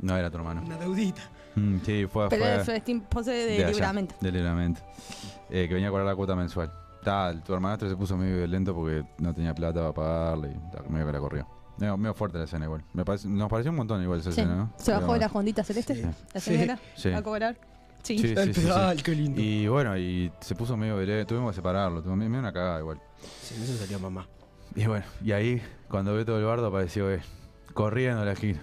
No era tu hermano.
Una deudita.
Mm, sí, fue.
Pero
fue-
el Florestín pose de,
allá,
libramento.
de Libramento. Eh, que venía a cobrar la cuota mensual. Tal, tu hermanastro se puso medio violento porque no tenía plata para pagarle y tal, medio que la corrió. Medio, medio fuerte la escena igual. Me parece- nos pareció un montón igual esa
Sí.
escena, ¿no?
Se bajó de
Pero
la jondita celeste,
Sí.
la
Sí.
señora,
Sí.
a cobrar. Sí.
Sí, sí, sí, sí.
Ay, qué lindo.
Y bueno, y se puso medio violento. Tuvimos que separarlo. Tuvimos medio una cagada igual.
Sí, en eso salió mamá.
Y bueno, y ahí, cuando vio todo el bardo, apareció él. Corriendo la gira.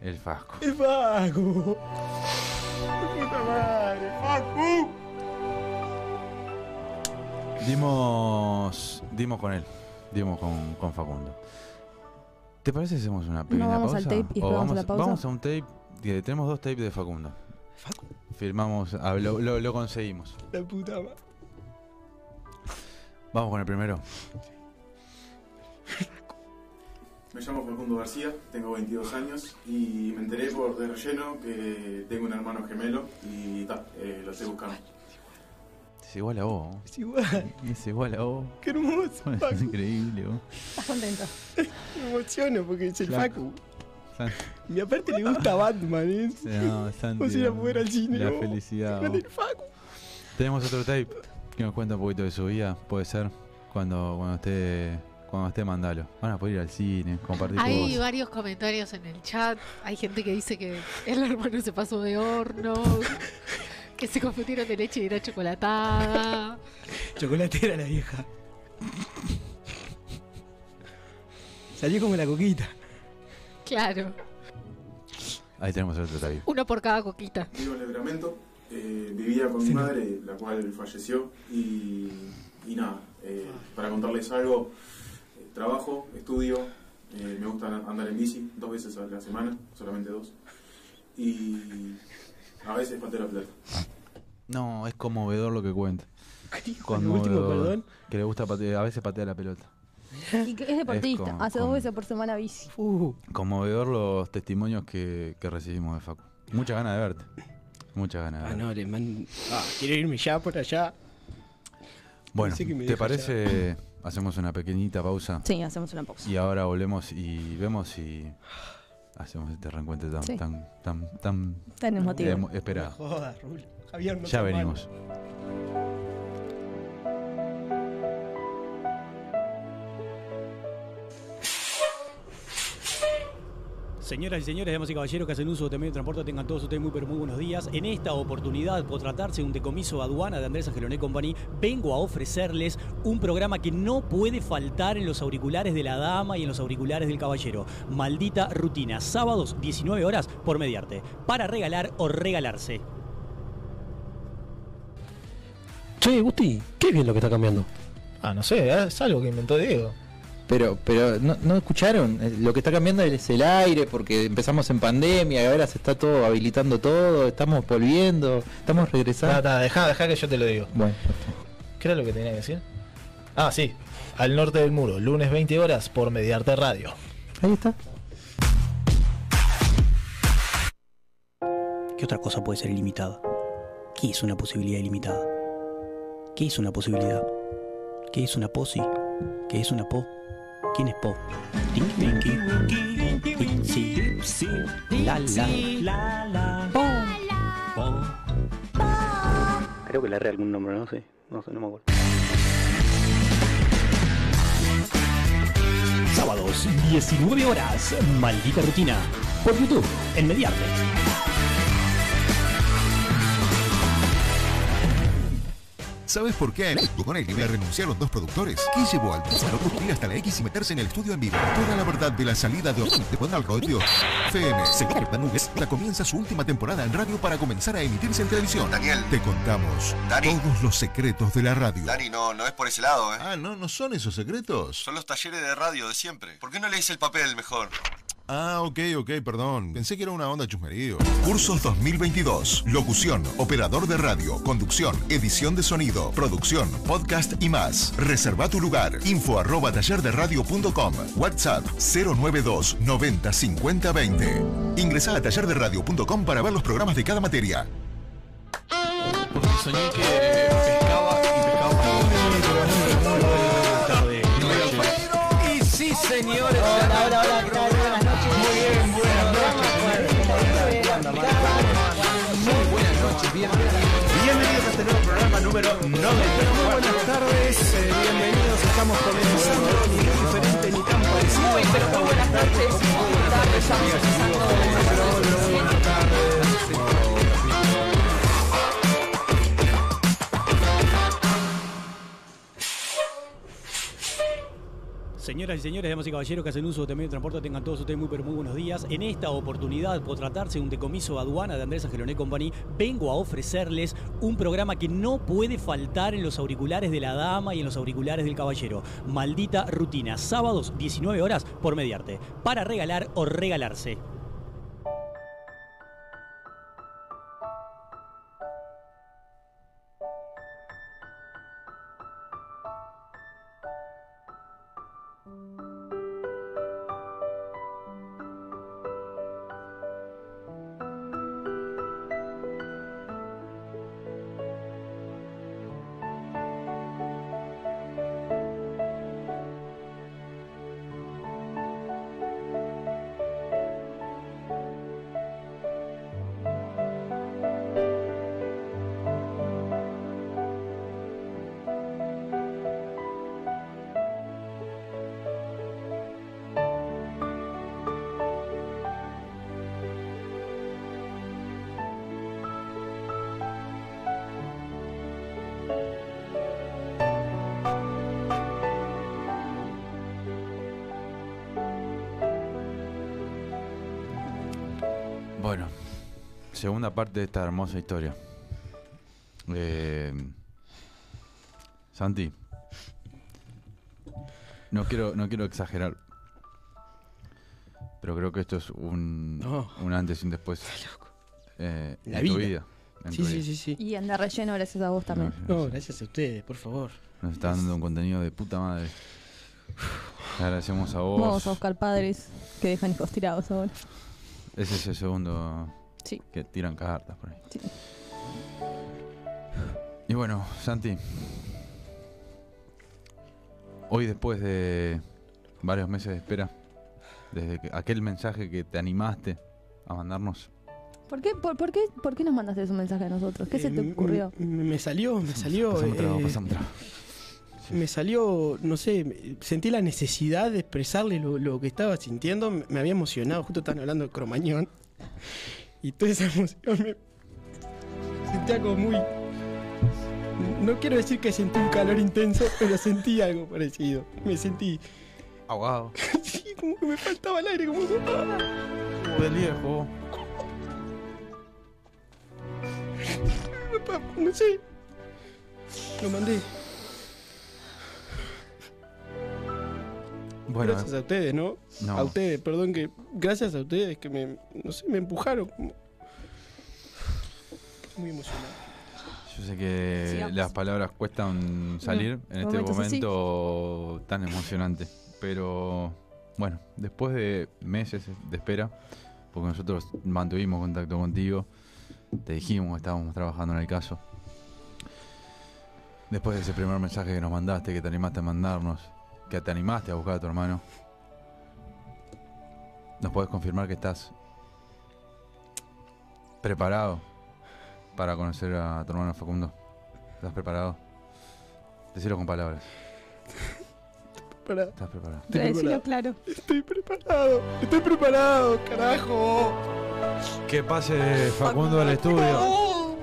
El Fasco.
¡Es Facu! ¡Puta madre! ¡Facu!
Dimos. Dimos con él. Dimos con, con Facundo. ¿Te parece si hacemos una pequeña
vamos
pausa?
al tape y
O
después vamos a
vamos,
la pausa?
vamos a un tape. que Tenemos dos tapes de Facundo.
Facu.
Firmamos, ah, lo, lo- lo conseguimos.
La puta madre.
Vamos con el primero.
Me llamo Facundo García, tengo 22 años y me enteré por de relleno que tengo un hermano gemelo y ta, eh, lo estoy buscando.
Es igual a vos.
Es igual.
Es igual a vos.
¡Qué hermoso,
Es
Facu!
increíble vos.
Estás contento.
Me emociono porque es el
Flaco.
Facu. Y aparte le gusta Batman, ¿eh?
No, Santi,
Vamos a ir a
no.
jugar al cine.
La
vos.
felicidad.
Con
vos.
el Facu.
Tenemos otro tape que nos cuenta un poquito de su vida. Puede ser cuando, cuando esté. Cuando esté, mandalo. Van a poder ir al cine, compartir
Hay
cosas.
varios comentarios en el chat. Hay gente que dice que el hermano se pasó de horno, que se confundieron de leche y era chocolatada.
Chocolatera la vieja. Salió como la coquita.
Claro,
Ahí tenemos otro tape.
uno por cada coquita.
Vivo en Letramento, eh, vivía con
Sí,
mi
no.
madre, la cual falleció y, y nada, eh, para contarles algo, eh, trabajo, estudio, eh, me gusta andar en bici dos veces a la semana, solamente dos, y a veces patero plata.
No, es conmovedor lo que cuenta.
Con lo último,
Conmovedor.
perdón.
Que le gusta patear, a veces patea la pelota.
Y que es deportista,
Es con-
hace dos
con-
veces por semana bici.
Uh,
Conmovedor los testimonios que, que recibimos de Facu. Muchas ganas de verte. Muchas ganas de
ah,
verte.
no, le man... Ah, quiero irme ya por allá.
Bueno,
pensé que me
¿te
dejó
parece? Hacemos una pequeñita pausa
Sí, hacemos una pausa.
y ahora volvemos y vemos si hacemos este reencuentro tan,
Sí.
tan, tan, tan
Tan emotivo.
emo- esperado.
No jodas, Rul. Javier, no
Ya
seas malo.
venimos.
Señoras y señores, damas y caballeros que hacen uso de este medio de transporte, tengan todos ustedes muy pero muy buenos días. En esta oportunidad, por tratarse de un decomiso de aduana de Andrés Angelone Company, vengo a ofrecerles un programa que no puede faltar en los auriculares de la dama y en los auriculares del caballero. Maldita rutina, sábados 19 horas por mediarte, para regalar o regalarse.
Che, Gusti, qué bien lo que está cambiando.
Ah, no sé, es algo que inventó Diego.
Pero, pero, ¿no, no escucharon? Eh, Lo que está cambiando es el aire, porque empezamos en pandemia y ahora se está todo habilitando todo, estamos volviendo, estamos
Ta,
regresando.
ta, dejá, dejá que yo te lo digo.
Bueno,
¿Qué era lo que tenía que decir? Ah, sí. Al norte del muro, lunes 20 horas por Mediarte Radio.
ahí está.
¿Qué otra cosa puede ser ilimitada? ¿Qué es una posibilidad ilimitada? ¿Qué es una posibilidad? ¿Qué es una posi? ¿Qué es una po? ¿Quién es po? Tinky, tinky, winky, ipsy, dipsy, la la la la po po.
creo que le erré algún nombre, no sé, no sé, no me acuerdo.
Sábados, 19 horas. Maldita rutina. Por YouTube, en Mediarte.
¿Sabes por qué? Con el nivel renunciaron dos productores. ¿Qué llevó al Pizarro a ir hasta la X y meterse en el estudio en vivo? Toda la verdad de la salida de Ortiz de Juan al Rodeo. FM, Secreta Nubes, la comienza su última temporada en radio para comenzar a emitirse en televisión. Daniel. Te contamos todos los secretos de la radio.
Dani, no, no es por ese lado, ¿eh?
Ah, no, no son esos secretos.
Son los talleres de radio de siempre. ¿Por qué no lees el papel mejor?
Ah, ok, ok, perdón. Pensé que era una onda chusmerío. Cursos 2022. Locución, operador de radio, conducción, edición de sonido, producción, podcast y más. Reserva tu lugar. Info arroba tallerderadio.com. WhatsApp 092 90 50 20. Ingresa a tallerderadio.com para ver los programas de cada materia.
Soñé que pescaba y pescaba. Y sí, señores. Hola, hola, hola, ¿qué tal? Buenas noches. Muy bien, buenas noches. Muy buenas noches,
Bienvenidos a este nuevo programa número 9. Muy buenas tardes, eh, bienvenidos. Estamos comenzando ni tan diferente ni tan parecido. Muy, pero muy buenas tardes. Buenas tardes, estamos empezando. Pero, pero, buenas tardes.
Señoras y señores, damas y caballeros que hacen uso de este medio de transporte, tengan todos ustedes muy pero muy buenos días. En esta oportunidad, por tratarse de un decomiso de aduana de Andrés Angeloné Company, vengo a ofrecerles un programa que no puede faltar en los auriculares de la dama y en los auriculares del caballero. Maldita rutina, sábados 19 horas por Mediarte, para regalar o regalarse.
Bueno, segunda parte de esta hermosa historia. Eh, Santi, no quiero, no quiero exagerar, pero creo que esto es un,
No.
un antes y un después eh,
La
en tu
vida.
vida. en
Sí,
tu
sí,
vida.
sí, sí.
Y anda relleno gracias a vos también.
No, gracias a ustedes, por favor.
Nos está dando un contenido de puta madre. Te agradecemos a vos.
Vos, Oscar Padres, que dejan hijos tirados ahora.
Ese es el segundo
Sí.
que tiran cartas por ahí. Y bueno, Santi. Hoy después de varios meses de espera, desde que- aquel mensaje que te animaste a mandarnos,
¿Por qué, por, por qué, por qué nos mandaste ese mensaje a nosotros? ¿Qué se te
Eh,
ocurrió?
Me, me salió, me salió.
Pasamos trabajo,
eh,
pasamos trabajo.
Me salió, no sé, me- sentí la necesidad de expresarle lo, lo que estaba sintiendo. Me, me había emocionado, justo estaban hablando de Cromañón. Y toda esa emoción me sentí algo muy. No quiero decir que sentí un calor intenso, pero sentí algo parecido. Me sentí.
Aguado.
Sí, como que me faltaba el aire, como. ¡Ah!
Del día de juego.
Papá, No sé. Lo mandé.
Bueno,
gracias a ustedes, ¿no?
No.
A ustedes, perdón que. Gracias a ustedes que me. No sé, me empujaron. como- Muy emocionado.
yo sé que
Sigamos.
las palabras cuestan salir
Mm,
en este
momentos así.
momento tan emocionante, pero bueno, después de meses de espera, porque nosotros mantuvimos contacto contigo, te dijimos que estábamos trabajando en el caso. Después de ese primer mensaje que nos mandaste, que te animaste a mandarnos, que te animaste a buscar a tu hermano, nos podés confirmar que estás preparado para conocer a tu hermano Facundo. ¿Estás preparado? Decirlo con palabras.
Pará.
¿Estás preparado?
Decilo
claro.
Estoy preparado. Estoy preparado, carajo.
Que pase Facundo al estudio.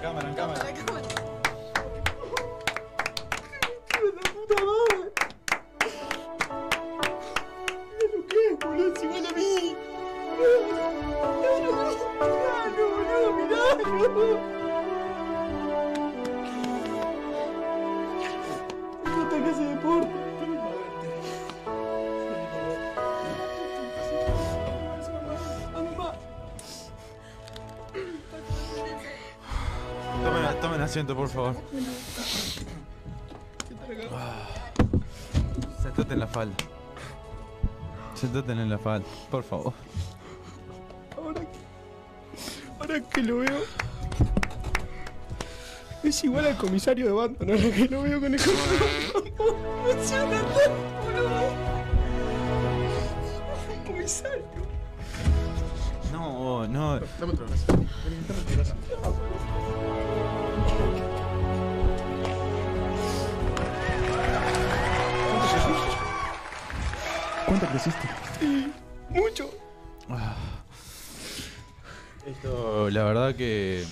Cámara, en cámara.
Pero qué, boludo, es igual a mí. Miralo, miralo, miralo. Puta que hace deporte.
Tomen, tomen asiento, por favor. Sentate en la falda. Sentate en la falda, por favor.
Ahora que lo veo. Es igual al comisario de bando, ¿no? Ahora que lo veo con el comisario de bando. Emocionante, boludo. Comisario.
No, no. eh.
Dame otra vez.
¿Cuánto creciste?
Sí, mucho.
Esto, la verdad que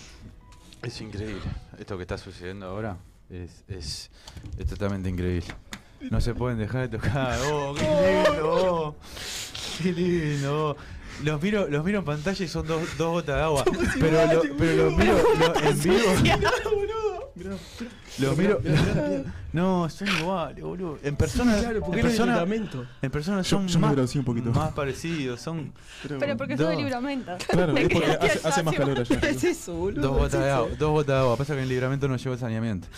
es increíble. Esto que está sucediendo ahora es, es, es totalmente increíble. No se pueden dejar de tocar. Oh, qué lindo. oh. Qué lindo. Los miro, los miro en pantalla y son dos, dos gotas de agua. Pero, lo- pero los miro lo- en vivo. Los miro. No, son iguales, boludo. En persona.
Sí, claro, porque
en
eres de
persona,
Libramento.
en persona
Yo-
son
yo me
más,
bronceé un poquito.
más parecidos. Son
Pero porque soy de
dos-
libramento.
Claro,
Me
es porque
quedaste
hace-
al
hace más
sacio.
calor allá.
Es eso, boludo.
Dos
es
gotas de
eso.
agua, dos gotas de agua. Pasa que en el libramento no llevo el saneamiento.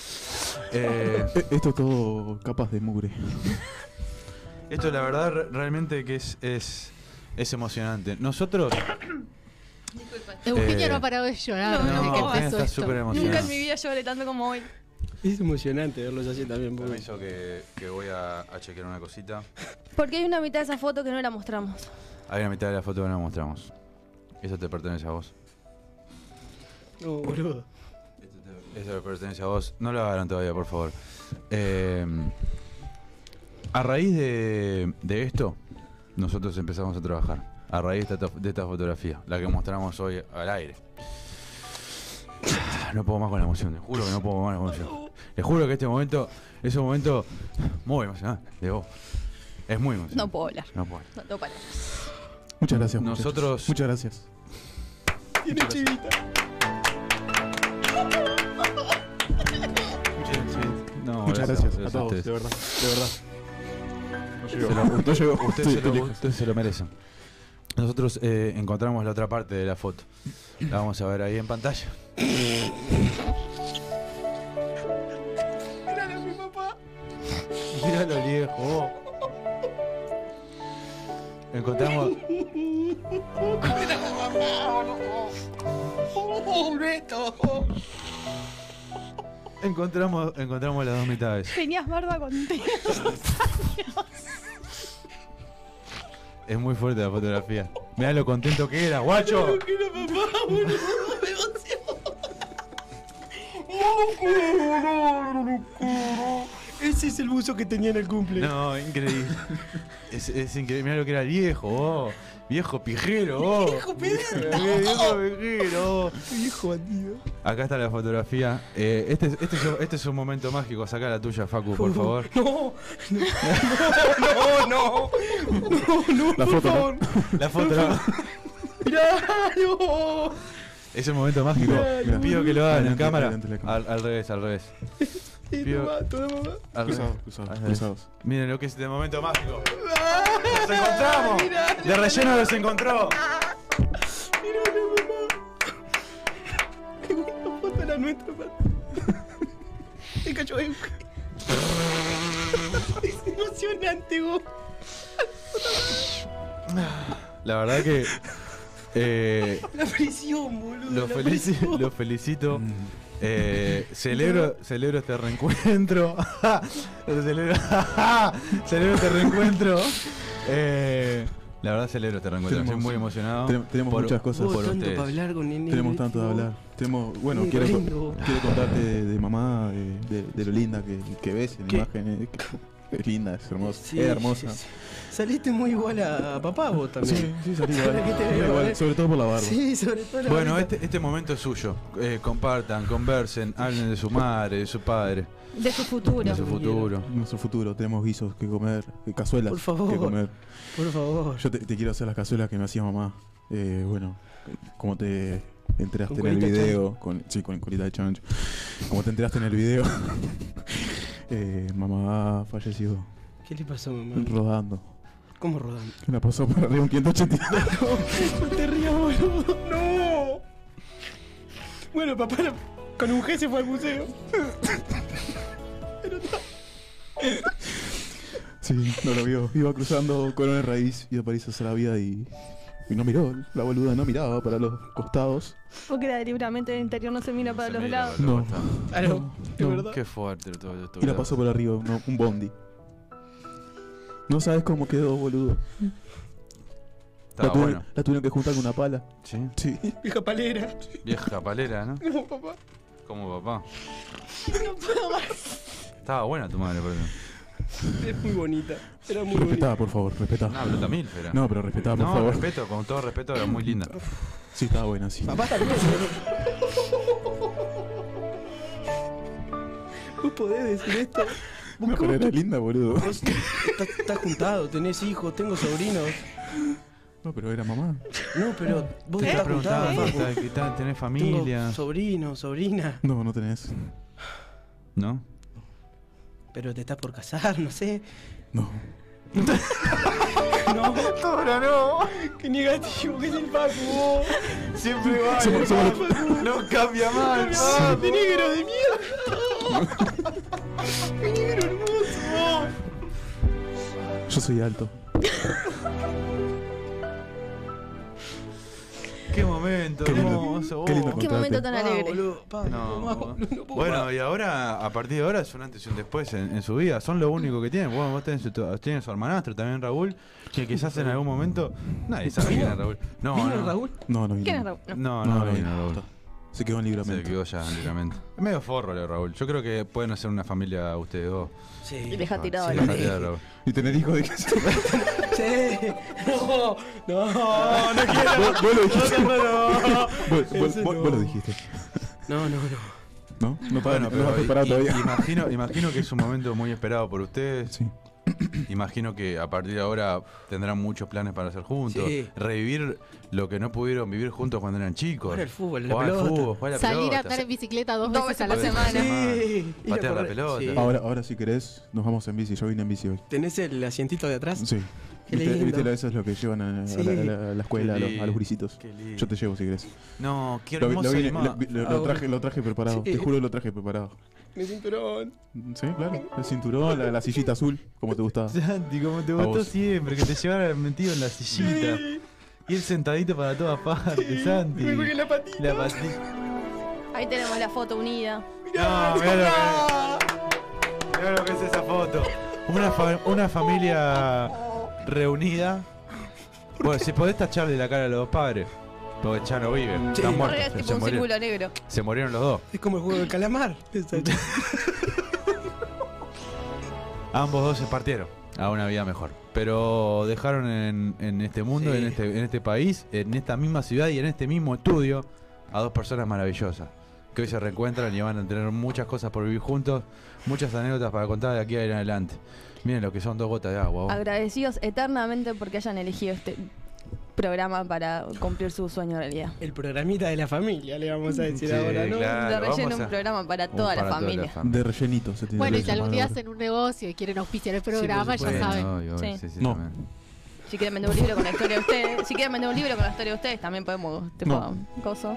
Eh,
Eh, Esto es todo capaz de mugre.
esto la verdad re- realmente que es, es, es emocionante. Nosotros...
Eugenia
Eh,
no ha parado de llorar
no,
desde que
Eugenia
empezó
está
esto.
súper
Nunca
emocionada.
en mi vida lloré tanto como hoy.
Es emocionante verlos así también, porque
Permiso que, que voy a, a chequear una cosita.
Porque hay una mitad de esa foto que no la mostramos.
Hay una mitad de la foto que no mostramos. Eso te pertenece a vos.
No, boludo.
Eso te pertenece a vos. No lo hagan todavía, por favor. Eh, a raíz de, de esto, nosotros empezamos a trabajar. A raíz de esta, de esta fotografía, la que mostramos hoy al aire. No puedo más con la emoción, te juro que no puedo más con la emoción. Te juro que este momento es un momento muy emocionante de vos. Es muy emocionante.
No puedo hablar.
No puedo.
No tengo palabras.
Muchas gracias. muchachos.
Nosotros.
Muchas gracias.
Tiene chivita.
No,
Muchas gracias a todos,
ustedes.
de verdad, de verdad. No
Se
llegó.
lo-
No llegó.
Ustedes se
Estoy
lo-
lejos.
ustedes se lo merecen. Nosotros eh, encontramos la otra parte de la foto. La vamos a ver ahí en pantalla.
Míralo, mi papá.
Míralo viejo. Encontramos.
Míralo, papá, boludo. Oh, Beto.
Encontramos, encontramos las dos mitades.
Tenías barba contigo.
Es muy fuerte la fotografía. Mirá lo contento que era, guacho.
Mira, papá, boludo. Me emociono. No lo quiero, no, no lo quiero.
Ese es el buzo que tenía en el cumple.
No, increíble. Es, es increíble. Mirá lo que era el viejo, vos. Viejo pijero, vos.
Viejo pijero.
Viejo pijero.
Viejo bandido.
Acá está la fotografía. Eh, este, es- este, es, un- este es un momento mágico. Saca la tuya, Facu, por favor.
No, no, no, no, no, no,
La
por
foto, ¿no?
favor.
La foto. ¿no?
Miralo.
Es un momento mágico.
Mirá.
Pido que lo hagan en
Adelante,
cámara.
adelante la
Al, al revés, al revés.
Sí,
Pido-
mamá, toda mamá.
al revés.
Cruzados, cruzados,
Al revés.
cruzados.
Miren lo que es este momento mágico.
Ah,
¡Nos
encontramos! De relleno los encontró.
Qué buena foto la nuestra, papá. Te cayó ahí. Es emocionante, vos.
La verdad que. eh,
La presión, boludo.
lo,
la
felici-
presión.
lo felicito. Eh, celebro, celebro este reencuentro. celebro, celebro este reencuentro. Eh, La verdad celebro este reencuentro.
Tenemos-
Estoy muy emocionado.
tenem- tenemos
por-
muchas cosas
por
por
ustedes.
Tenemos tanto para hablar. Tenemos, bueno,
Qué
quiero,
lindo.
quiero contarte de, de mamá, de, de- de lo linda que, que ves en
¿Qué?
imágenes. que- Es linda, es hermosa.
Sí,
es hermosa.
sí, sí. Saliste muy igual a papá vos también.
Sí, sí, salí
Ahora
igual.
que te
Muy
veo,
igual,
eh.
sobre todo por la barba.
Sí, sobre todo la
Bueno,
barbita.
este, este momento es suyo. Eh, compartan, conversen, hablen de su madre, de su padre.
De su futuro.
De su futuro.
Nuestro futuro. Tenemos guisos que comer, eh, cazuelas
Por favor.
que comer.
Por favor.
Yo te, te quiero hacer las cazuelas que me hacía mamá. Eh, bueno, como te enteraste
Con
en el
colita de
video. Con, sí, con colita de chancho. Como te enteraste en el video, eh, mamá falleció
¿Qué le pasó, mamá?
rodando.
¿Cómo rodando?
La pasó para arriba un 582.
No te rías, boludo. No. Bueno, papá lo- con un G se fue al museo.
Sí, no lo vio. Iba cruzando Corona de Raíz y aparece hacia la vida y, y no miró. La boluda no miraba para los costados.
Porque la deliberadamente del interior no se mira para los lados.
No.
Claro,
No.
Qué fuerte todo esto.
Y la pasó por arriba, no, un bondi. No sabes cómo quedó, boludo.
Estaba
La tuvieron,
bueno.
la tuvieron que juntar con una pala.
Sí.
Sí.
Vieja palera.
Vieja palera, ¿no?
No, papá.
Como papá.
No puedo más.
Estaba buena tu madre, perdón.
Es muy bonita. Era muy bonita.
Respetá, por favor, respetá.
No, pero también era.
No, pero respetá, por
no,
favor.
respeto, con todo respeto, era muy linda.
Sí, estaba buena, sí.
Papá está preso. Vos podés decir esto. Vos
No,
cómo
pero era
tú-
linda, boludo.
vos Estás estás juntado, tenés hijos, tengo sobrinos.
No, pero era mamá.
No, pero vos
Te
estás
estás preguntando,
juntado.
estás- que estás- tenés familia.
Tengo sobrino, sobrina.
No, no tenés.
¿No?
Pero te estás por casar, no sé.
No.
No, Tora, no. Qué negativo que es el Paco. vos.
Siempre va, el Paco.
No cambia
más, el Paco.
¡Mi negro de mierda! ¡Mi negro hermoso!
Yo soy alto.
Qué momento,
Qué lindo-
hermoso.
qué lindo
oh.
Qué momento
tan alegre. boludo, pa,
No,
no,
vos-
no puedo
bueno,
más.
y ahora, a partir de ahora, es un antes y un después en, en su vida. Son lo único que tienen. Vos, vos tenés, tu- tenés su hermanastro también, Raúl, que quizás en algún momento. Nadie sabe quién es Raúl. No,
¿Vino
no.
Raúl?
No, no vino.
¿Quién es Raúl? No.
No,
No,
no,
no
no,
vino,
Raúl.
Se quedó en libramento.
Se quedó ya en libramento. Es medio forro, lo de Raúl. Yo creo que pueden hacer una familia ustedes dos. Ah,
Sí.
Y deja tirado
Sí,
a
deja
Raúl.
tirado a Raúl.
Y tener hijos de
Sí. No, no, no quiero.
Vos- vos lo dijiste.
No, no, no, no.
Vos- vos-
Ese
vos-
no.
vos lo dijiste.
No, no, no.
¿No? No, para,
Bueno,
no, has
pero
preparado
i-
todavía.
Imagino, imagino que es un momento muy esperado por ustedes. Imagino que a partir de ahora tendrán muchos planes para hacer juntos.
Sí.
Revivir lo que no pudieron vivir juntos cuando eran chicos.
Jugar al fútbol, la
Jugar al
pelota.
fútbol, jugar a la
Salir a
pelota.
andar en bicicleta dos,
Dos
veces a la
veces
semana.
por semana.
Sí. Ir a
Patear la
correr,
pelota.
sí.
Ahora, ahora si querés, nos vamos en bici. Yo vine en bici hoy.
¿Tenés el asientito de atrás?
Sí.
Qué
Viste,
lindo.
viste, eso es lo que llevan a, a
Sí.
la, a la- a la escuela, a los, a
lindo,
los grisitos.
qué lindo.
Yo te llevo si querés.
No, qué
Lo vi-
hermosa
lo, vine-
animada.
lo vi- lo- lo
Ahora.
traje, lo traje preparado.
Ah, Sí.
Te juro que lo traje preparado.
Mi cinturón.
Sí, claro. El cinturón, la, la sillita azul, como te gustaba.
Santi, como te
A
gustó
vos.
siempre, que te llevara metido en la sillita. Ir sentadito para todas partes, Santi.
Me pegué
la patita.
La patita.
Ahí tenemos la foto unida.
No, mirá lo
Ah.
que- mirá lo que es esa foto. Una, fa- una familia reunida. Bueno, si podés tacharle la cara a los dos padres. Porque ya no viven. Están muertos.
Ahora es tipo
se,
un
murieron.
círculo negro.
Se murieron los dos.
Es como el juego del calamar.
Ambos dos se partieron a una vida mejor. Pero dejaron en, en este mundo,
Sí.
en, este, en este país, en esta misma ciudad y en este mismo estudio a dos personas maravillosas que hoy se reencuentran y van a tener muchas cosas por vivir juntos, muchas anécdotas para contar de aquí en adelante. Miren lo que son dos gotas de agua. vos.
Agradecidos eternamente porque hayan elegido este programa para cumplir su sueño de realidad.
El programita de la familia, le vamos a decir
Sí,
ahora, ¿no?
claro,
De relleno
vamos
un
a-
programa para
un
toda la
para
familia.
De rellenito se tiene
Bueno,
que
y si algún
llamar
día
ahora.
hacen un negocio y quieren auspiciar el programa, ya
supuesto.
saben.
Obvio, obvio,
Sí.
sí, sí,
No.
también.
Si quieren vender un libro con la historia de ustedes, si quieren vender un libro con la historia de ustedes, también podemos, tipo,
No.
coso.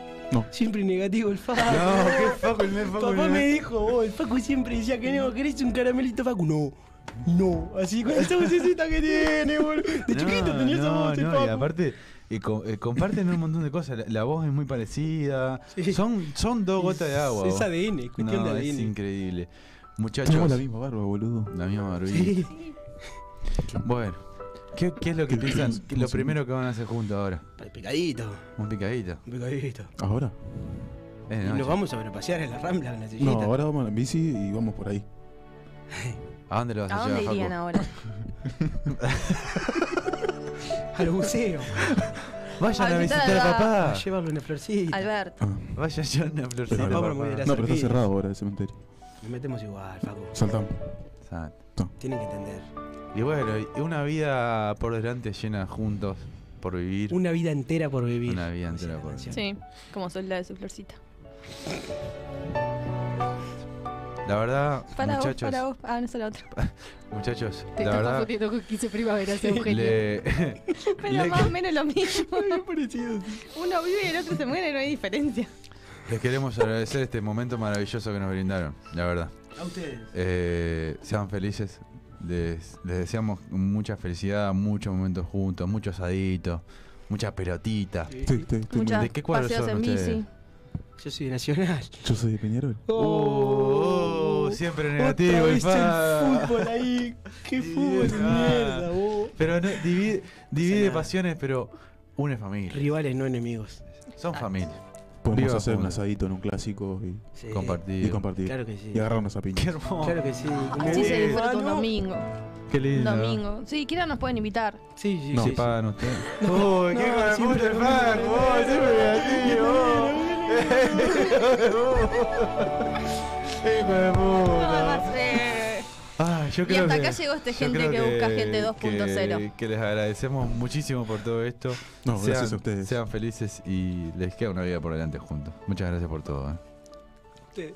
Siempre negativo el Facu.
No, qué Facu, el mes, Facu, el
Papá
mes.
me dijo, oh, el Facu siempre decía que no, ¿querés un caramelito Facu? No, no. Así con esa vocecita que tiene, boludo. De
No,
chiquito tenía esa
no,
voz, el
no, y
Facu.
aparte eh, co- eh, comparten un montón de cosas. La, la voz es muy parecida. Son, son dos gotas de agua.
es
vos.
ADN, es cuestión
No,
de
Es
ADN.
increíble. Muchachos.
Tenemos la misma barba, boludo.
La misma barbilla.
Sí.
Bueno, ¿Qué, qué es lo que piensan? Lo primero que van a hacer juntos ahora.
Al picadito.
Un picadito.
Un picadito.
¿Ahora?
Es de
Y nos
noche.
vamos a ver a pasear en la rambla en la sillita.
No, ahora vamos en bici y vamos por ahí.
¿A dónde lo vas a,
¿A dónde
llevar, Facu?
irían ahora?
Al buceo. Vayan a,
A visitar
visitar a
a-
papá.
A llevarle una florcita.
Alberto.
Vaya yo una florcita.
Pero
papá.
vamos a ir a
No, pero está
servir.
cerrado ahora el cementerio.
Nos metemos igual, Facu.
Saltamos.
Tienen que entender.
Y bueno, y una vida por delante llena juntos por vivir.
Una vida entera por vivir.
Una vida entera por vivir.
Sí, como soy la de su florcita.
La verdad,
Para vos,
muchachos,
para vos. Ah, no es la otra.
muchachos,
Te
la
estás
verdad
confundiendo con 15 primaveras, Eugenio.
le,
Pero
le-
más o menos lo mismo. Uno vive y el otro se muere, no hay diferencia.
les queremos agradecer este momento maravilloso que nos brindaron, la verdad.
A ustedes.
Eh, sean felices. Les, les deseamos mucha felicidad, muchos momentos juntos, muchos asaditos, muchas pelotitas.
Muchas
¿De qué cuadro
paseos
son
en
ustedes?
bici. Yo soy de Nacional.
Yo soy de Peñarol.
Oh, siempre negativo,
Otra vez
Ifá.
el fútbol ahí. Qué fútbol de
Ah.
mierda, vos.
Pero no, divide, divide pasiones, pero une familia.
Rivales, no enemigos.
Son familia.
Podemos
Viva
hacer un
juntos.
asadito en un clásico y
Sí.
Compartir.
Y compartir.
Claro que sí.
Y agarrarnos a piña.
Qué hermoso.
Claro que sí. como
Así Ah, se
bien.
Ah,
disfruta un domingo.
Qué
Un
lindo.
domingo. Si quieran nos pueden invitar.
Sí, sí,
No,
sí.
pagan ustedes.
No,
Uy, qué
no,
hijo de
siempre
puta,
lo
Frank,
mismo.
vos, siempre negativo. Hijo de puta. Ah, yo
Y
creo
hasta
que-
acá llegó este
yo
gente
creo
que busca gente
que-
2.0.
Que les agradecemos muchísimo por todo esto.
No, gracias a
ustedes. Sean felices y les queda una vida por delante juntos. Muchas gracias por todo. ¿eh?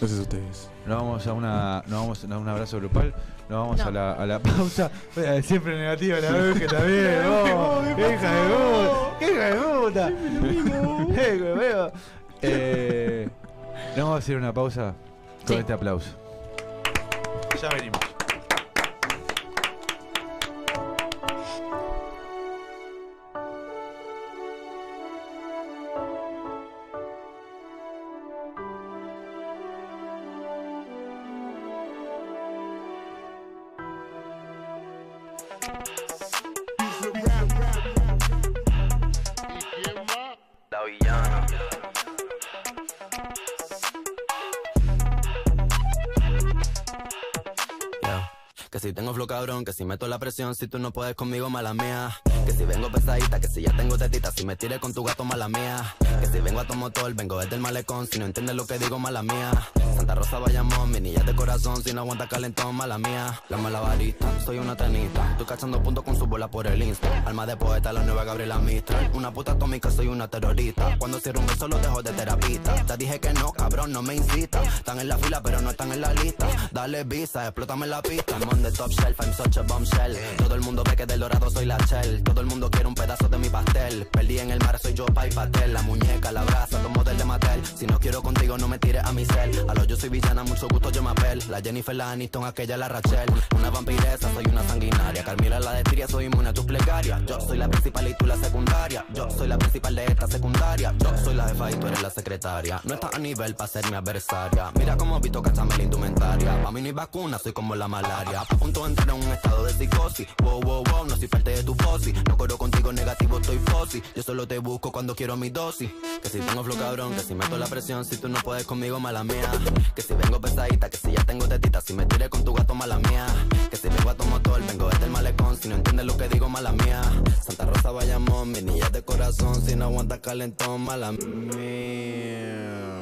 Gracias a ustedes.
Nos vamos a una, nos vamos a un abrazo grupal. Nos vamos a, la, a la pausa. Eh, Siempre negativa la Euge también. vos. Hija de puta. Hija de puta. Eh, güey, veo. Eh, nos vamos a hacer una pausa con este aplauso. Ya venimos.
La villana.
Yeah. Que si tengo flow cabrón, que si meto la presión, si tú no puedes conmigo, mala mía. Que si vengo pesadita, que si ya tengo tetita, si me tires con tu gato, mala mía. Que si vengo a tu motor, vengo desde el malecón, si no entiendes lo que digo, mala mía. Santa Rosa Bayamón, mi niña de corazón, si no aguanta calentón, mala mía. La mala varita, soy una tenista, tú cachando puntos con su bola por el insta. Alma de poeta, la nueva Gabriela Mistral, una puta atómica, soy una terrorista. Cuando cierro un beso, lo dejo de terapista. Te dije que no, cabrón, no me incita. Están en la fila, pero no están en la lista. Dale visa, explótame la pista. I'm on the top shelf, I'm such a bombshell. Todo el mundo ve que del dorado soy la shell. Todo el mundo quiere un pedazo de mi pastel. Perdí en el mar, soy yo, pa' y pastel. La muñeca, la brasa, tu model de Mattel. Si no quiero contigo, no me tires a mi cel. A lo yo soy villana, mucho gusto, yo me apel. La Jennifer, la Aniston, aquella, la Rachel. Una vampiresa, soy una sanguinaria. Carmila, la de Tiria, soy inmune a tus plegarias. Yo soy la principal y tú la secundaria. Yo soy la principal de esta secundaria. Yo soy la jefa y tú eres la secretaria. No estás a nivel para ser mi adversaria. Mira cómo visto cachame la indumentaria. Pa' mí no hay vacuna, soy como la malaria. A punto de entrar en un estado de psicosis. Wow, wow, wow, no soy parte de tu fosi. No corro contigo negativo, estoy fosi. Yo solo te busco cuando quiero mi dosis. Que si tengo flow cabrón, que si meto la presión, si tú no puedes conmigo, mala mía. Que si vengo pesadita, que si ya tengo tetita, si me tiré con tu gato, mala mía. Que si vengo a tu motor, vengo desde el malecón, si no entiendes lo que digo, mala mía. Santa Rosa Bayamón, mi niña de corazón, si no aguanta calentón, mala mía.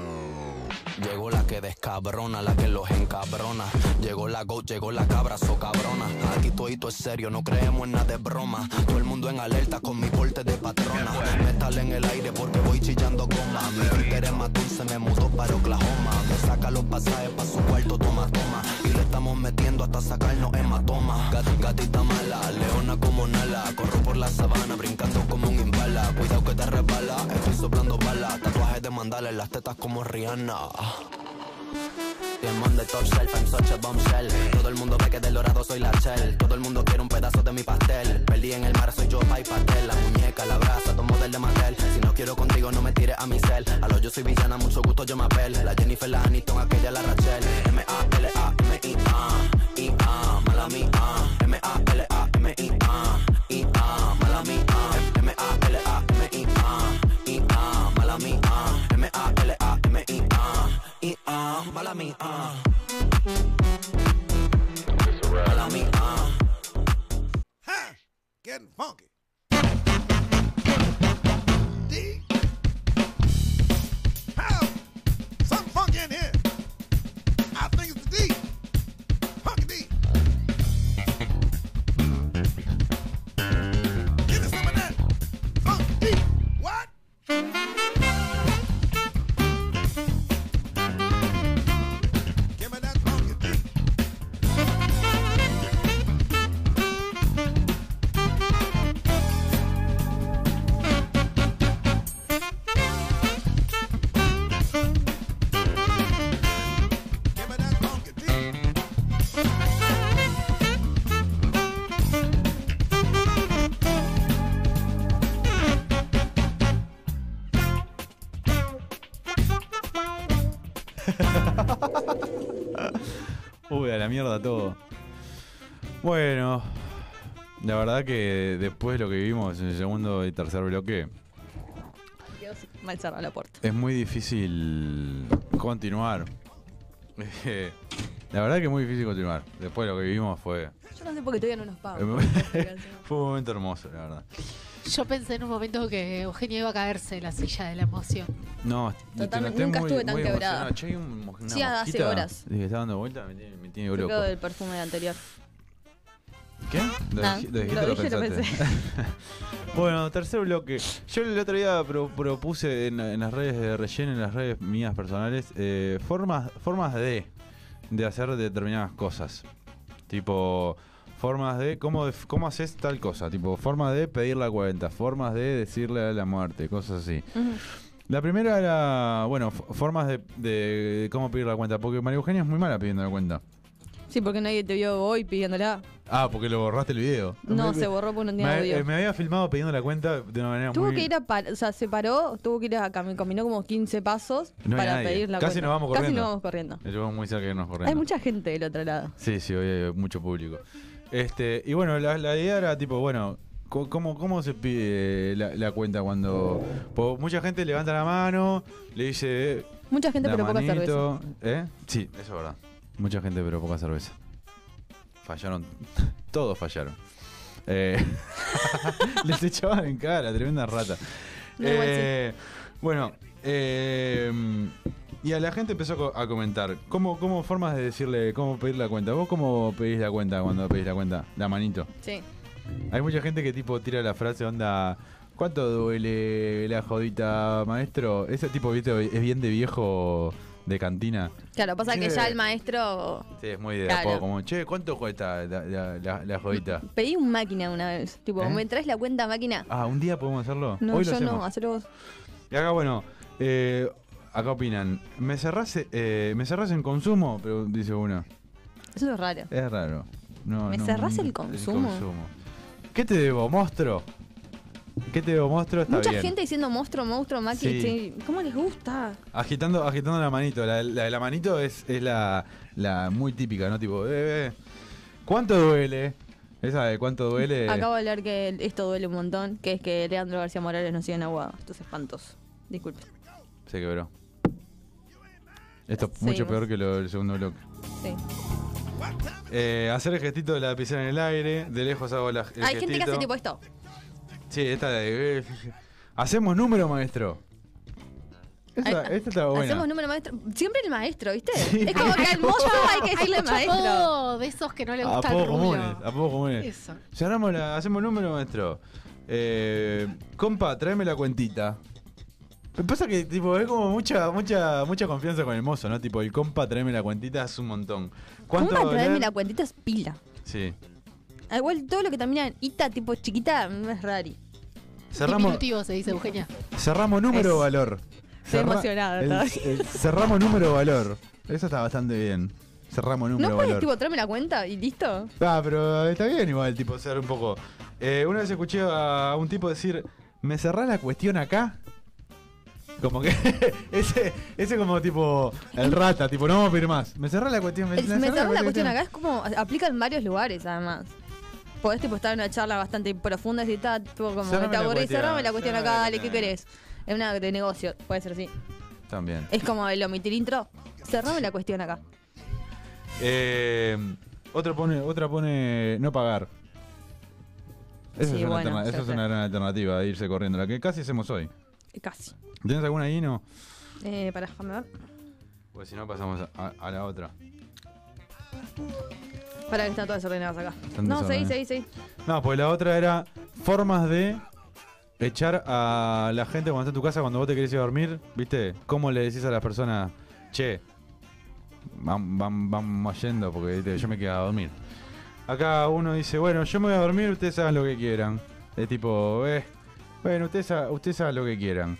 Llegó la que descabrona, la que los encabrona. Llegó la go, llegó la cabra, so cabrona. Aquí todo es serio, no creemos en nada de broma. Todo el mundo en alerta con mi porte de patrona. Metal en el aire porque voy chillando goma. Mi títere matón se me mudó para Oklahoma. Me saca los pasajes para su cuarto, toma, toma. Y le estamos metiendo hasta sacarnos hematoma. Gat- gatita mala, leona como Nala. Corro por la sabana, brincando como un imbala. Cuidado que te resbala, estoy soplando balas. Tatuajes de mandala en las tetas como Rihanna. Bien on the top shelf, I'm such a bombshell Todo el mundo ve que del dorado soy la shell Todo el mundo quiere un pedazo de mi pastel Perdí en el mar, soy yo, pa' y pastel La muñeca, la brasa, tomo del de Mattel Si no quiero contigo, no me tires a mi cel A lo yo soy villana, mucho gusto, yo me apel La Jennifer, la Aniston, aquella, la Rachel M-A-L-A-M-I-A I-A, mala mía M-A-L-A-M-I-A mala mía. M-A-L-A-M-I-A. I ah, mala mía. Mala mía.
Getting funky. Something funky in here. I think it's the D. Funky D. Give me some of that. Funky D. What? Give me that funky D.
Uy, a la mierda todo. Bueno, la verdad que después de lo que vivimos en el segundo y tercer bloque,
Dios, mal cerró la puerta.
es muy difícil continuar. la verdad que es muy difícil continuar. Después de lo que vivimos fue,
Yo no sé por qué todavía no nos pagan.
fue un momento hermoso, la verdad.
Yo pensé en un momento que Eugenia iba a caerse de la silla de la emoción.
No, te
Totalmente,
noté
nunca
muy-
estuve tan
muy
quebrada.
emocionado. Che, hay un mo- una
Sí, hace
mosquita
horas.
que está dando vuelta, me tiene, me tiene
Yo
loco.
creo del perfume del anterior.
¿Qué? Lo,
Nah,
dij-
lo
lo dijiste, lo
dije, lo
pensaste. bueno, tercer bloque. Yo el otro día pro- propuse en, en las redes de relleno, en las redes mías personales, eh, formas, formas de, de hacer determinadas cosas. Tipo, formas de cómo, def- cómo haces tal cosa. Tipo, formas de pedir la cuenta, formas de decirle a la muerte, cosas así. La primera era, bueno, f- formas de, de cómo pedir la cuenta, porque María Eugenia es muy mala pidiendo la cuenta.
Sí, porque nadie te vio hoy pidiéndola.
Ah, porque lo borraste el video.
No,
Me-
se borró porque no tenía
me,
audio.
eh, me había filmado pidiendo la cuenta de una manera
Tuvo
muy...
que ir a par- o sea, se paró, tuvo que ir a caminar, caminó como 15 pasos
No hay
para
nadie.
pedir la
Casi
cuenta.
nos vamos
Casi
corriendo.
nos vamos corriendo.
Eh, Llevamos muy cerca de irnos corriendo.
Hay mucha gente del otro lado.
Sí, sí, hoy hay mucho público. Este, y bueno, la, la idea era tipo, bueno, co- ¿cómo, cómo se pide la, la cuenta cuando... po- mucha gente levanta la mano, le dice... eh,
Mucha gente,
la
pero poca
manito, ¿eh? Sí, eso es verdad. Mucha gente, pero poca cerveza. Fallaron. Todos fallaron. Eh, les echaban en cara, tremenda rata.
No, igual sí.
Eh, Bueno, eh, y a la gente empezó co- a comentar. ¿Cómo, ¿Cómo formas de decirle cómo pedir la cuenta? ¿Vos cómo pedís la cuenta cuando pedís la cuenta? La manito.
Sí.
Hay mucha gente que tipo tira la frase onda. ¿Cuánto duele la jodita, maestro? Ese tipo, viste, es bien de viejo de cantina.
Claro, pasa que
Sí.
ya el maestro.
Sí, es muy de
Claro.
apodo, como, che, ¿cuánto cuesta la, la- la- la jodita?
Pedí un máquina una vez. Tipo,
¿Eh?
¿me traes la cuenta máquina?
Ah, ¿un día podemos hacerlo?
No,
Hoy lo
yo no,
hacemos.
hacelo vos.
Y acá, bueno, eh, acá opinan. ¿Me cerrás, eh, ¿Me cerrás en consumo? Pero dice uno.
Eso es raro.
Es raro. No,
¿Me
no,
cerrás
no,
el consumo?
¿Qué te debo, monstruo? ¿Qué te debo, monstruo? Está
Mucha
bien.
gente diciendo monstruo, monstruo, máquina.
Sí.
sí. ¿Cómo les gusta?
Agitando, agitando la manito. La, la de la manito es, es la, la muy típica, ¿no? Tipo, eh, eh, ¿cuánto duele? Esa de cuánto duele.
Acabo de leer que esto duele un montón, que es que Leandro García Morales no sigue en Aguado. Esto es espantoso. Disculpe.
Se quebró. Esto es
Seguimos.
mucho peor que lo del segundo bloque.
Sí.
Eh, hacer el gestito de la lapicera en el aire. De lejos hago la, el
Hay gente que
gestito.
hace tipo esto.
Sí, esta de. eh, Hacemos número, maestro. Esta, esta está buena.
Hacemos número maestro. Siempre el maestro, ¿viste? Es como que al monstruo hay que decirle
Hay mucho
maestro.
apodo de esos que no le
A
gusta el
pocos Ah, comunes,
rubio.
a pocos comunes.
Eso.
Cerramos la, hacemos número, maestro. Eh, compa, tráeme la cuentita. Me pasa que tipo es como mucha, mucha, mucha confianza con el mozo, ¿no? Tipo, el compa, tráeme la cuentita es un montón.
¿Cómo
¿Cuánto
para
va a
traerme
valer?
la cuentita es pila?
Sí.
Al Igual todo lo que termina en ita, tipo chiquita, no es rari.
Cerramos,
se dice Eugenia.
cerramos número o valor.
Estoy emocionada
el-
todavía.
el- cerramos número o valor. Eso está bastante bien. Cerramos número
¿No
o
puedes
valor.
tipo tráeme la cuenta y listo?
Ah, pero está bien igual, tipo, ser un poco. Eh, una vez escuché a un tipo decir, ¿me cerrás la cuestión acá? Como que ese, ese como tipo el rata, tipo, no vamos a pedir más. ¿Me cerrás la cuestión?
El- me cerró la cuestión acá, es como, aplica en varios lugares además. Podés tipo estar en una charla bastante profunda y tal, tipo como,
Cerrame
te
la
aburrís,
cuestión,
cerrame la cuestión
cerrame
acá,
la
dale, ¿qué
cuestión.
querés? Es una de negocio, puede ser así.
También.
Es como el omitir intro. Cerramos la cuestión acá.
Eh, otra pone, otra pone no pagar. Esa,
Sí,
es, una
bueno,
alterna-
ya
esa es
sé.
una gran alternativa de irse corriendo, la que casi hacemos hoy.
Eh, Casi.
¿Tienes alguna ahí, no?
Eh, para déjame ver.
Pues si no, pasamos a, a- a la otra.
Para que están todas desordenadas acá.
Están
No, seguí,
desordenadas.
seguí, seguí.
No, pues la otra era formas de echar a la gente cuando está en tu casa, cuando vos te querés ir a dormir. ¿Viste? ¿Cómo le decís a las personas, che, vam- vam- vamos yendo porque ¿viste? yo me quedo a dormir? Acá uno dice, bueno, yo me voy a dormir, ustedes hagan lo que quieran. Es tipo, eh, bueno, ustedes, ha- ustedes hagan lo que quieran.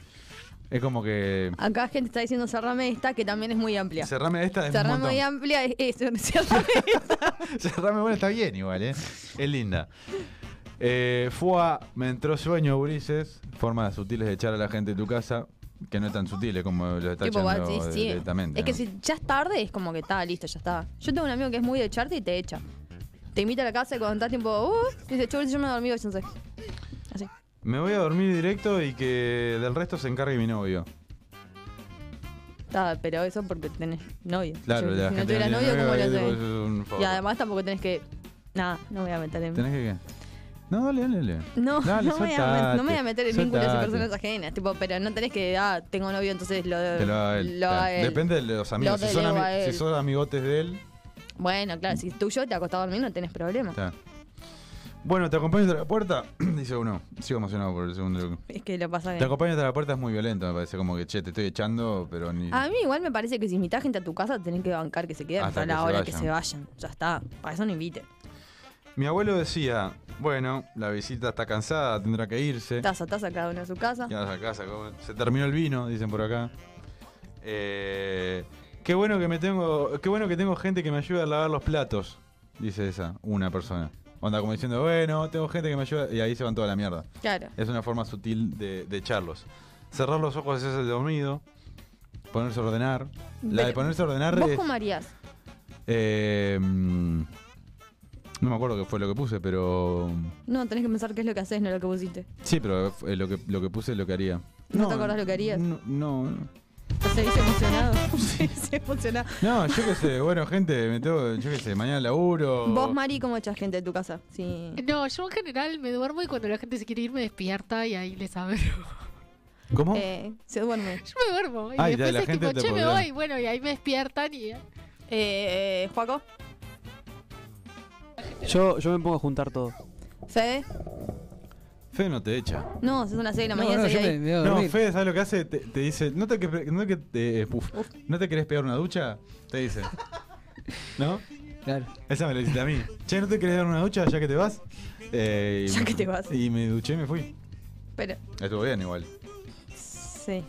Es como que...
Acá gente está diciendo cerrame esta, que también es muy amplia.
Cerrame esta es un
Cerrame
montón.
muy amplia es eso. cerrame-
Cerrame, bueno, está bien igual, ¿eh? Es linda. Eh, Fua, me entró sueño, Ulises. Formas sutiles de echar a la gente de tu casa, que no es tan sutiles como lo está
Tipo,
echando
sí, sí.
directamente.
Es que
¿no?
si ya es tarde, es como que está, listo, ya está. Yo tengo un amigo que es muy de echarte y te echa. Te invita a la casa y cuando estás tiempo, uh, dice, "Che, Ulises, yo me dormí hoy, entonces. Así.
Me voy a dormir directo y que del resto se encargue mi novio.
Está, pero eso porque tenés novio.
Claro,
Yo,
la
si no
gente
tuviera
que tiene
novio, ¿cómo
novio,
lo
ahí,
tenés?
tipo, es un favor.
Y además tampoco tenés que. Nada, no me voy a meter en.
¿Tenés que qué? No, dale, dale, dale.
No,
Dale,
no, me voy a,
soltate,
no me voy a meter en vínculos y
soltate.
personas ajenas. Tipo, pero no tenés que, ah, tengo novio, entonces lo,
Te lo haga él,
lo
claro.
haga él.
Depende de los amigos.
Lo
Si son,
delego
ami-
a él.
si son amigotes de él.
Bueno, claro, si tú y yo te acostado a dormir, no tenés problema.
está. Bueno, te acompaño hasta la puerta, dice uno. Sigo emocionado por el segundo. bloque.
Es que lo pasa
Te
bien.
acompaño hasta la puerta es muy violento, me parece como que, che, te estoy echando, pero ni...
A mí igual me parece que si invitas gente a tu casa, tenés que bancar que se queden
Hasta
hasta, la
que se
hora que
vayan.
se vayan. Ya está. Para eso no inviten.
Mi abuelo decía, bueno, la visita está cansada, tendrá que irse.
Taza, taza cada uno a su casa.
Y ahora a casa, como- se terminó el vino, dicen por acá. Eh, qué bueno que me tengo, qué bueno que tengo gente que me ayuda a lavar los platos, dice esa, una persona. Onda como diciendo, bueno, tengo gente que me ayuda, y ahí se van toda la mierda.
Claro.
Es una forma sutil de, de echarlos. Cerrar los ojos es el dormido. Ponerse a ordenar. La de
Pero,
ponerse a ordenar
¿Vos
es-
cómo harías?
Eh, mm, no me acuerdo qué fue lo que puse, pero.
No, tenés que pensar qué es lo que haces, no lo que pusiste.
Sí, pero eh, lo, que, lo que puse es lo que haría.
¿No, te acordás lo que harías?
No, no. no.
Se dice emocionado. Se dice emocionado.
No, yo qué sé, bueno, gente, me tengo, yo qué sé, mañana laburo.
Vos, Mari, ¿cómo echas gente de tu casa? Sí.
No, yo en general me duermo y cuando la gente se quiere ir me despierta y ahí les abro.
¿Cómo?
Eh, se duerme.
Yo me duermo. Y
Ay,
después
ya, la
es
gente
tipo,
te
che, me
podrá-
voy. Bueno, y ahí me despiertan y.
Eh, Juaco,
Yo, yo me pongo a juntar todo.
Fede.
Fede no te echa.
No, es una 6 de la mañana. seguí ahí.
No, Fede, ¿sabes lo que hace? Te, te dice, ¿no te, que- no, que te, eh, puf, ¿no te querés pegar una ducha? Te dice. ¿No?
Claro.
Esa me la hiciste a mí. Che, ¿no te querés dar una ducha ya que te vas? Eh, y-
Ya que te vas.
Y me duché y me fui.
Pero,
Estuvo bien igual.
sí.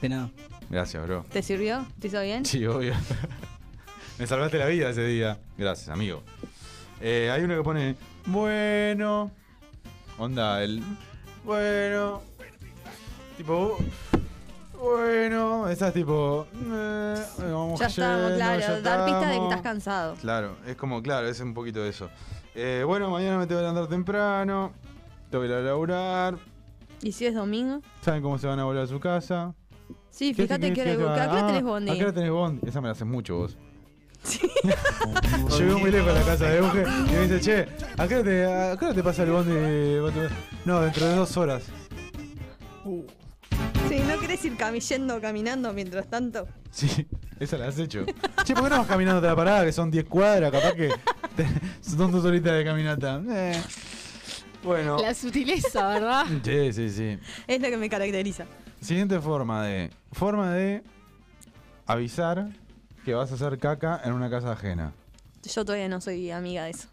De nada. Gracias, bro.
¿Te sirvió? ¿Te hizo bien?
Sí, obvio. Me salvaste la vida ese día. Gracias, amigo. Eh, hay uno que pone, bueno. Onda, el... Bueno. Tipo... Bueno, esa es tipo... eh, vamos
Ya estamos,
yendo,
claro.
ya
dar pistas de que
estamos.
estás cansado.
Claro, es como, claro, es un poquito de eso. Eh, bueno, mañana me tengo que andar temprano. Tengo que ir a laburar.
¿Y si es domingo?
¿Saben cómo se van a volver a su casa?
Sí, fíjate que
qué- qué-
¿A qué hora
ah,
tenés bondi?
¿A qué hora tenés bondi? Esa me la haces mucho vos. Yo vivo muy lejos de la casa de Euge y me dice, che, ¿a qué hora te, a qué hora te pasa el bondi? bondi?" No, dentro de dos horas.
Sí, ¿no querés ir camillando o caminando mientras tanto?
Sí, esa la has hecho. Che, ¿por qué no vas caminando hasta la parada? Que son 10 cuadras, capaz que te- son dos horitas de caminata. Eh. Bueno.
La sutileza, ¿verdad?
Sí, sí, sí.
Es lo que me caracteriza.
Siguiente forma de. Forma de avisar que vas a hacer caca en una casa ajena.
Yo todavía no soy amiga de eso.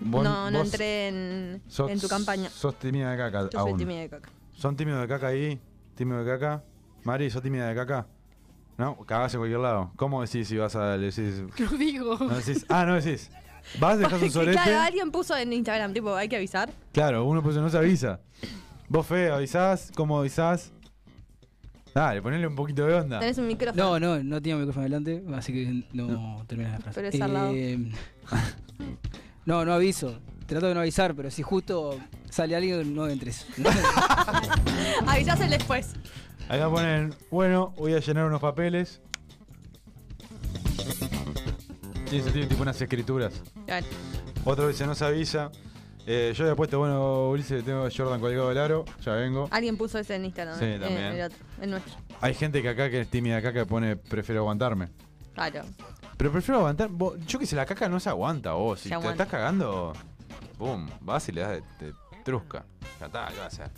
Vos-
no, no
vos
entré en,
sos-
en tu campaña.
Sos tímida de caca.
Yo soy
aún.
tímida de caca.
¿Son tímidos de caca ahí? ¿Tímido de caca? Mari, ¿sos tímida de caca? No, cagás en cualquier lado. ¿Cómo decís si vas a... le decís-
No digo.
no decís- ah, no decís. Vas, dejas Ah, un
Porque,
solete.
claro, alguien puso en Instagram, tipo, hay que avisar.
Claro, uno pues no se avisa. Vos, Fe, avisás. ¿Cómo avisás? Dale, ponele un poquito de onda.
Tenés un micrófono.
No, no, no tenía micrófono delante, así que no, terminas la frase. Eh,
Pero es al lado.
no, no aviso. Trato de no avisar, pero si justo sale alguien, no entres.
Avisás el después.
Acá ponen, bueno, voy a llenar unos papeles. Sí, se tiene tipo unas escrituras.
Claro.
Otra vez se nos avisa. Eh, yo había puesto, bueno, Ulises, tengo a Jordan colgado del aro, ya vengo.
Alguien puso ese en Instagram.
Sí,
eh,
también.
El, otro, el nuestro.
Hay gente que acá que es tímida acá que pone prefiero aguantarme.
Claro.
Pero prefiero aguantar. vos- Yo que sé, la caca no se aguanta vos. Si
Se
te
aguanta.
estás cagando, pum, vas y le das de, de trusca. Ya está, ¿qué va a hacer?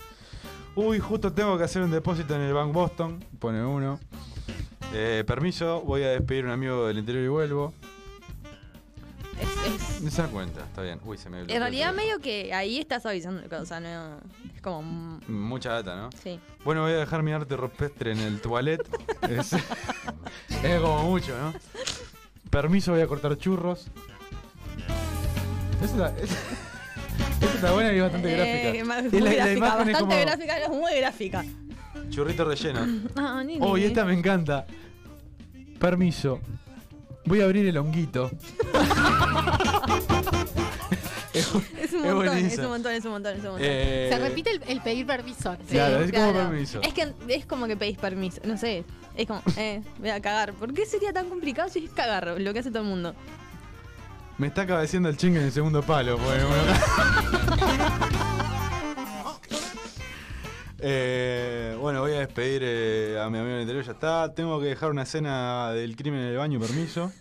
Uy, justo tengo que hacer un depósito en el Bank Boston. Pone uno. Eh, permiso, voy a despedir a un amigo del interior y vuelvo. No se da cuenta, está bien. Uy, se me bloqueó
En
el
realidad,
teléfono.
medio que ahí estás avisando cosas, ¿no? Es como. mm,
Mucha data, ¿no?
Sí.
Bueno, voy a dejar mi arte rupestre en el toilet. es, es como mucho, ¿no? Permiso, voy a cortar churros. Esa está, esa- esa está buena y bastante
Eh,
gráfica.
ma-
Y
muy
la- la,
gráfica,
imagen es
bastante
como
gráfica, no, muy gráfica.
churrito relleno.
Ah, ni-
Oh, y
ni-
esta me encanta. Permiso. Voy a abrir el honguito. es, bu-
Es un
es
montón, es,
buenísimo.
un montón, es un montón, es un montón.
Eh,
Se repite el, el pedir permiso. antes.
Claro, es como permiso.
Es que es como que pedís permiso, no sé. Es como, eh, voy a cagar. ¿Por qué sería tan complicado si es cagar lo que hace todo el mundo?
Me está cabeciendo el chingue en el segundo palo. pues, porque uno- Eh, bueno, voy a despedir eh, a mi amigo del interior, ya está. Tengo que dejar una escena del crimen en el baño, permiso.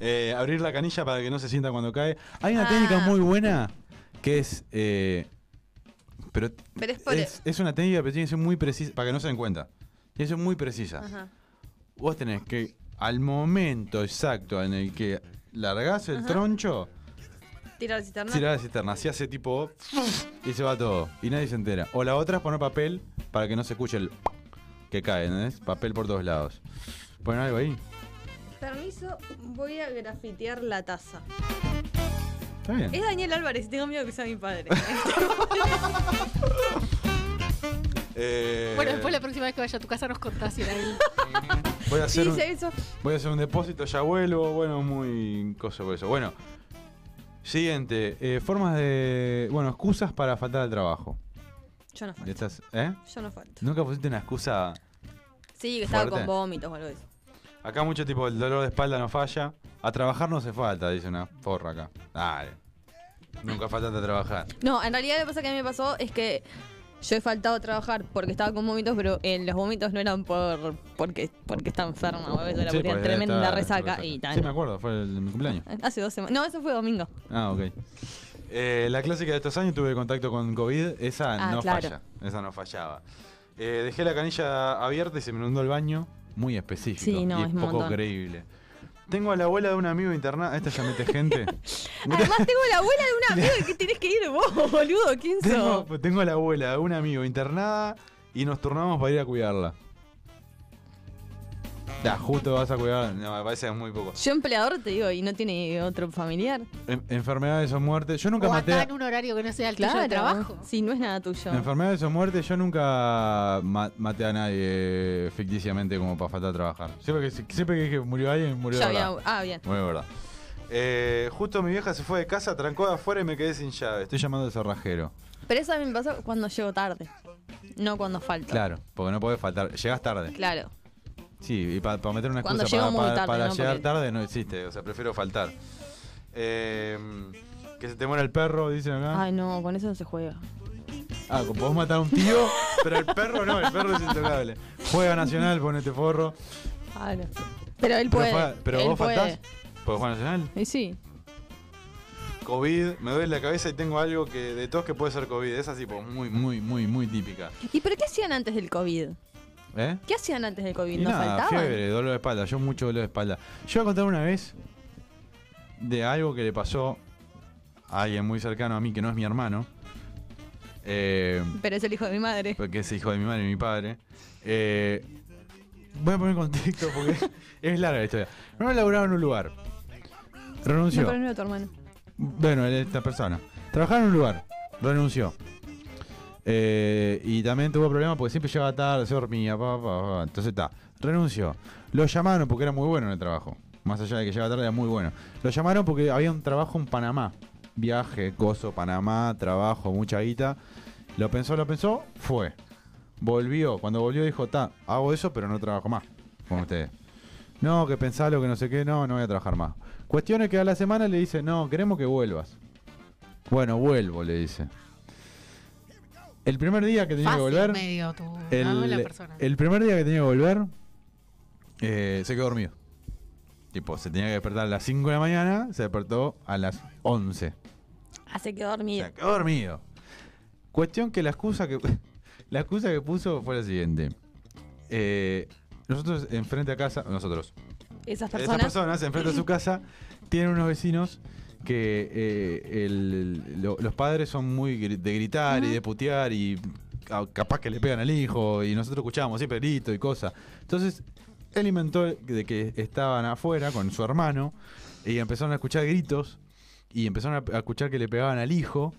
Eh, abrir la canilla para que no se sienta cuando cae. Hay
Ah.
una técnica muy buena que es... eh, pero
Pero es por-
es, es una técnica, pero tiene que ser muy precisa, para que no se den cuenta. Tiene que ser muy precisa.
Ajá.
Vos tenés que, al momento exacto en el que largás el
Ajá.
troncho,
Tirar la cisterna.
Tirar la cisterna, así hace tipo y se va todo. Y nadie se entera. O la otra es poner papel para que no se escuche el que cae, ¿entendés? Papel por todos lados. Ponen algo ahí.
Permiso, voy a grafitear la taza.
Está bien.
¿Eh?
Es Daniel Álvarez, tengo miedo que sea mi padre.
Eh,
Bueno, después la próxima vez que vaya a tu casa nos contás si era él.
voy, a hacer un,
hice eso.
voy a hacer un depósito, ya vuelvo. Bueno, muy cosa por eso. Bueno, siguiente. eh, formas de. Bueno, excusas para faltar al trabajo.
Yo no falto.
Estas, ¿Eh?
Yo no falto.
Nunca pusiste una excusa.
Sí, que estaba
Fuerte.
con vómitos o algo de eso.
Acá mucho tipo el dolor de espalda no falla. A trabajar no hace falta, dice una forra acá. Dale. Nunca faltaste a trabajar.
No, en realidad lo que pasa que a mí me pasó es que yo he faltado a trabajar porque estaba con vómitos, pero eh, los vómitos no eran por porque porque estaba enferma o algo, era
Sí,
porque era
porque
tremenda
estaba-
resaca y tal.
Sí, me acuerdo, fue el, mi cumpleaños.
Hace dos semanas. No, eso fue domingo.
Ah, ok. Eh, la clásica de estos años tuve contacto con COVID, esa
Ah,
no
claro.
falla. Esa no fallaba. Eh, dejé la canilla abierta y se me inundó el baño. Muy específico.
Sí, no,
y
es un
poco
montón.
creíble. Tengo a la abuela de un amigo internada. Esta ya mete gente.
Además tengo la abuela de un amigo que tenés que ir vos, boludo, ¿quién sos?
Tengo, pues, tengo a la abuela de un amigo internada y nos turnamos para ir a cuidarla. Da, justo vas a cuidar. No, me parece muy poco.
Yo empleador te digo, y no tiene otro familiar.
En- enfermedades o muertes. Yo nunca
O
maté.
andá
a-
en un horario que no sea el tuyo de
Claro.
trabajo.
Sí, no es nada tuyo.
Enfermedades o muertes. Yo nunca ma- maté a nadie eh, ficticiamente como para faltar a trabajar. Siempre que, siempre que dije murió alguien, murió
Ya
de
había-
verdad.
ah, bien.
Murió de verdad. Eh, justo mi vieja se fue de casa, trancó de afuera y me quedé sin llave. Estoy llamando al cerrajero.
Pero eso a mí me pasa cuando llego tarde, no cuando falto.
Claro, porque no podés faltar. Llegas tarde.
Claro.
Sí, y para meter una
Cuando llego
excusa para,
muy
para-
tarde,
para
¿no?
llegar
Porque-
tarde no existe, o sea, prefiero faltar. Eh, que se te muera el perro, dicen acá.
Ay, no, con eso no se juega.
Ah, como podés matar a un tío, pero el perro no, el perro es intocable. Juega Nacional, ponete forro.
Ah, no. Pero él
Pero
puede.
fa- pero
él
vos
puede.
faltás. Porque Juega Nacional,
Y sí.
COVID, me duele la cabeza y tengo algo que de tos que puede ser COVID. Es así, pues, muy, muy, muy, muy típica.
¿Y pero qué hacían antes del COVID?
¿Eh?
¿Qué hacían antes del COVID?
Y
¿No
nada,
faltaban?
fiebre, dolor de espalda, yo mucho dolor de espalda. Yo voy a contar una vez de algo que le pasó a alguien muy cercano a mí, que no es mi hermano, eh,
Pero es el hijo de mi madre.
porque es hijo de mi madre y mi padre. Eh, voy a poner en contexto porque es larga la historia. No laburaba en un lugar. Renunció.
No, pero no era tu hermano.
Bueno, él- esta persona. Trabajaba en un lugar, renunció. Eh, y también tuvo problemas porque siempre llegaba tarde, se dormía, pa, pa, pa, pa. entonces está, renunció. Lo llamaron porque era muy bueno en el trabajo. Más allá de que llegaba tarde, era muy bueno. Lo llamaron porque había un trabajo en Panamá. Viaje, coso, Panamá, trabajo, mucha guita. Lo pensó, lo pensó, fue. Volvió, cuando volvió dijo, ta, hago eso, pero no trabajo más con ustedes. No, que pensalo, que no sé qué, no, no voy a trabajar más. Cuestiones que a la semana le dice, no, queremos que vuelvas. Bueno, vuelvo, le dice. El primer día que tenía que
Fácil
volver.
medio tu- ¿no? La
El,
persona.
el primer día que tenía que volver, eh, se quedó dormido. Tipo, se tenía que despertar a las 5 de la mañana, se despertó a las 11.
Ah, se quedó dormido.
Quedó dormido. Cuestión que la excusa que la excusa que puso fue la siguiente. Eh, nosotros enfrente a casa, nosotros,
Esas
esas
personas.
personas enfrente de su casa tienen unos vecinos que eh, el- lo- los padres son muy gri- de gritar y de putear y ah, capaz que le pegan al hijo y nosotros escuchábamos siempre grito y cosas. Entonces él inventó de que estaban afuera con su hermano y empezaron a escuchar gritos y empezaron a- a escuchar que le pegaban al hijo.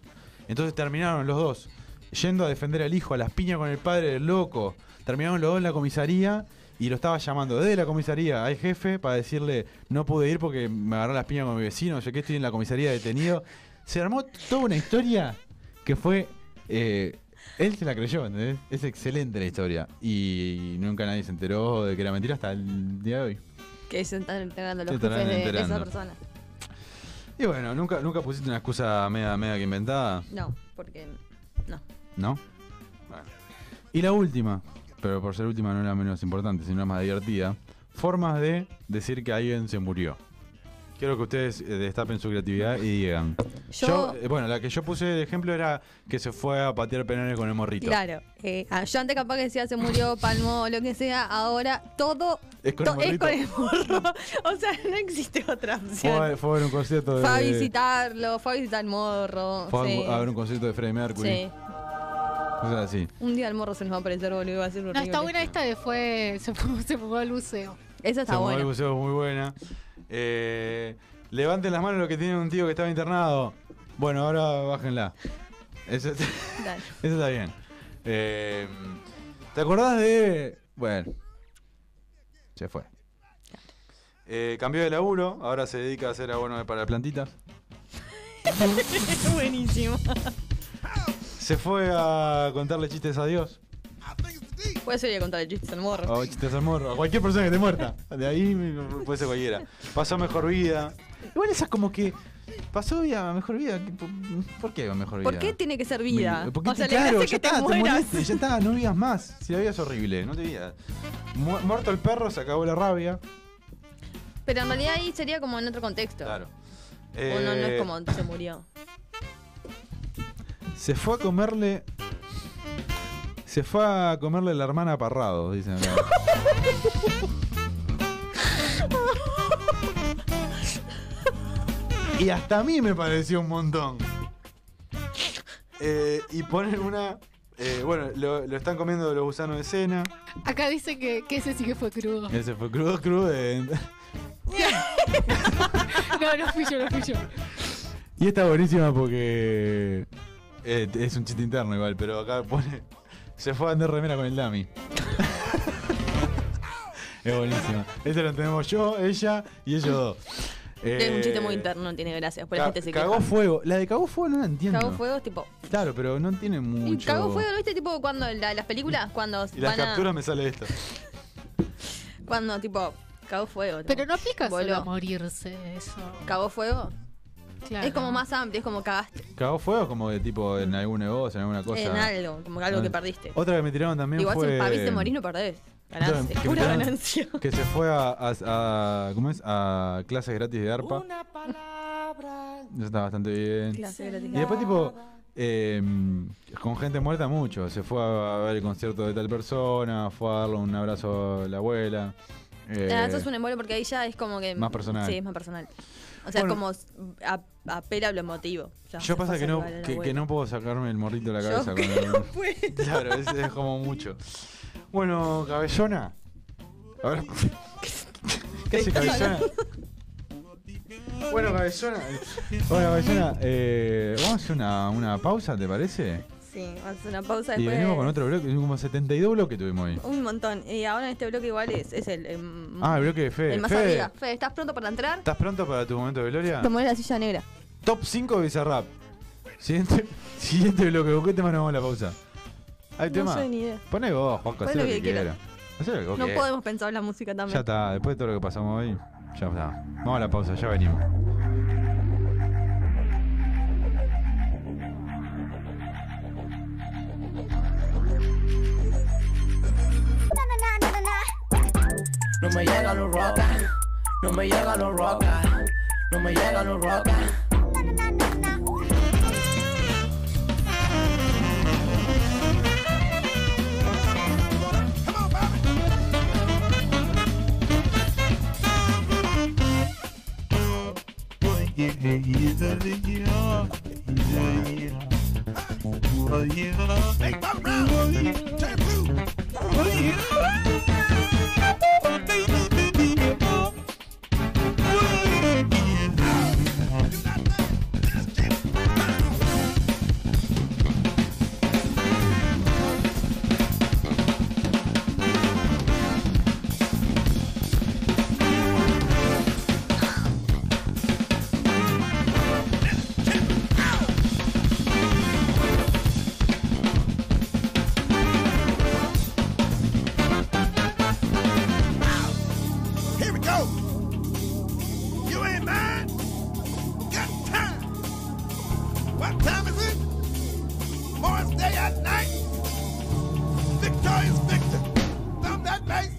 Entonces terminaron los dos yendo a defender al hijo, a las piñas con el padre del loco. Terminaron los dos en la comisaría y lo estaba llamando desde la comisaría al jefe para decirle no pude ir porque me agarró las piñas con mi vecino, yo que estoy en la comisaría detenido. Se armó toda una historia que fue... eh, él se la creyó, ¿entendés? Es excelente la historia. Y nunca nadie se enteró de que era mentira hasta el día de hoy.
Que se están enterando los
Se estarán
jefes de- de,
enterando.
esa persona.
Y bueno, nunca, nunca pusiste una excusa media, media que inventada,
No, porque. No.
¿no? Y la última, pero por ser última no era menos importante, sino la más divertida. Formas de decir que alguien se murió. Quiero que ustedes eh, destapen su creatividad y digan.
Yo-
eh, bueno, la que yo puse de ejemplo era que se fue a patear penales con el morrito.
Claro. eh, ah, yo antes capaz que decía se murió, palmó, lo que sea. Ahora todo
Es con el
to- es
morrito.
con el morro. o sea, no existe otra
Fue,
opción.
a- fue a ver un concierto de.
Fue a visitarlo, fue a visitar al morro.
fue a-
sí.
a ver un concierto de Freddie Mercury.
Sí.
O sea, sí.
Un día el morro se nos va a aparecer, boludo, va a ser
No,
horrible.
está buena esta de fue. Eh, Se fue, se fugó al buceo.
Esa
Se mudó al buceo, muy buena. Eh, levanten las manos los que tienen un tío que estaba internado. Bueno, ahora bájenla. Eso, eso
Dale.
está bien. Eh, ¿Te acordás de...? Bueno. Se fue. Eh, cambió de laburo, ahora se dedica a hacer abono para plantitas.
Buenísimo.
Se fue a contarle chistes a Dios,
Puede ser voy a contarle chistes al morro.
a chistes al morro, a cualquier persona que esté muerta. De ahí puede ser cualquiera. Pasó mejor vida. Igual esa es como que... Pasó vida, Ah, mejor vida. ¿qué- por- ¿Por qué mejor vida?
¿Por qué tiene que ser vida?
Me- porque
o sea,
te-
le
claro,
hace
ya
que te
está, te
mueras.
muriste, ya está, no vivas más. Si la vida es horrible, no te vivas. Mu- muerto el perro, se acabó la rabia.
Pero en realidad ahí sería como en otro contexto.
Claro.
O Oh, no, no
Eh,
es como se murió.
Se fue a comerle. Se fue a comerle la hermana a Parrado, dicen. acá. y hasta a mí me pareció un montón. Eh, y ponen una. eh, bueno, lo, lo están comiendo los gusanos de cena.
Acá dicen que, que ese sí que fue crudo.
Ese fue crudo, crudo. de-
No, no fui yo, no fui yo.
Y está buenísima porque. eh, es un chiste interno igual, pero acá pone. Se fue a andar remera con el Dami. es buenísima. Este lo tenemos yo, ella y ellos dos.
es un chiste muy
Eh,
interno, no tiene gracias. Por la
ca-
gente se queja.
Cagó fuego. La de cagó fuego no la entiendo.
Cagó fuego, es tipo.
Claro, pero no tiene
Y
mucho.
cagó fuego, ¿lo viste? Tipo cuando la- las películas, cuando
Y las
van a-
capturas me sale esto.
Cuando tipo, cagó fuego.
Pero no aplica solo a
Voló.
morirse eso.
¿Cagó fuego?
Claro.
Es como más amplio, es como cagaste
Cagó fuego como de tipo en algún negocio, en alguna cosa.
en algo, como algo que
Ah.
perdiste.
Otra que me tiraron también
Igual
fue.
si paviste morís no perdés. Ganás,
Otra
es
que me
pura
tiraron-
ganancia.
Que se fue a, a- a- ¿Cómo es? A clases gratis de arpa. Eso está bastante bien.
Clases gratis.
Y después, tipo. eh, con gente muerta mucho. Se fue a ver el concierto de tal persona, fue a darle un abrazo a la abuela. eh,
Ah, eso es un embole porque ahí ya es como que.
más personal.
Sí, es más personal. O sea,
Bueno.
como s- a- apela a lo emotivo. Ya,
yo
se
pasa
pasa
que no,
igual a la
que, que
abuela.
no puedo sacarme el morrito de la
Yo
cabeza. con el- Claro, es, es como mucho. Bueno, cabellona. A ver. ¿Qué hace cabellona? Bueno, cabellona. Bueno, cabellona, eh, vamos a hacer una, una pausa, ¿te parece?
Sí, vamos a hacer una pausa
Y
después.
venimos con otro bloque, como 72 bloques tuvimos hoy.
Un montón. Y ahora en este bloque igual es, es el. em,
Ah, el bloque de Fede.
el más
Fede,
arriba. Fede, ¿estás pronto para entrar?
¿estás pronto para tu momento de gloria?
Tomé la silla negra.
Top 5 de Bizarrap. Siguiente, siguiente bloque, ¿con qué tema nos vamos a la pausa? Hay
No
tema.
sé ni idea.
Poné vos, Juanca,
Pon
hacé lo que quieras. Hacé lo que vos
No
quieras.
podemos pensar la música también.
Ya está, después de todo lo que pasamos hoy, ya está. Vamos a la pausa, ya venimos.
No me llegan los rocas, no me llegan los rocas, no me llegan los rocas.
Here we go. You ain't mine. Got time. What time is it? Morris day at night. Victoria's victor. Thumb that bass.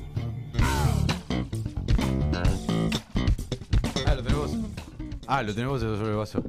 Ah, lo tenés vos. Ah, lo tenés vos eso sobre el vaso.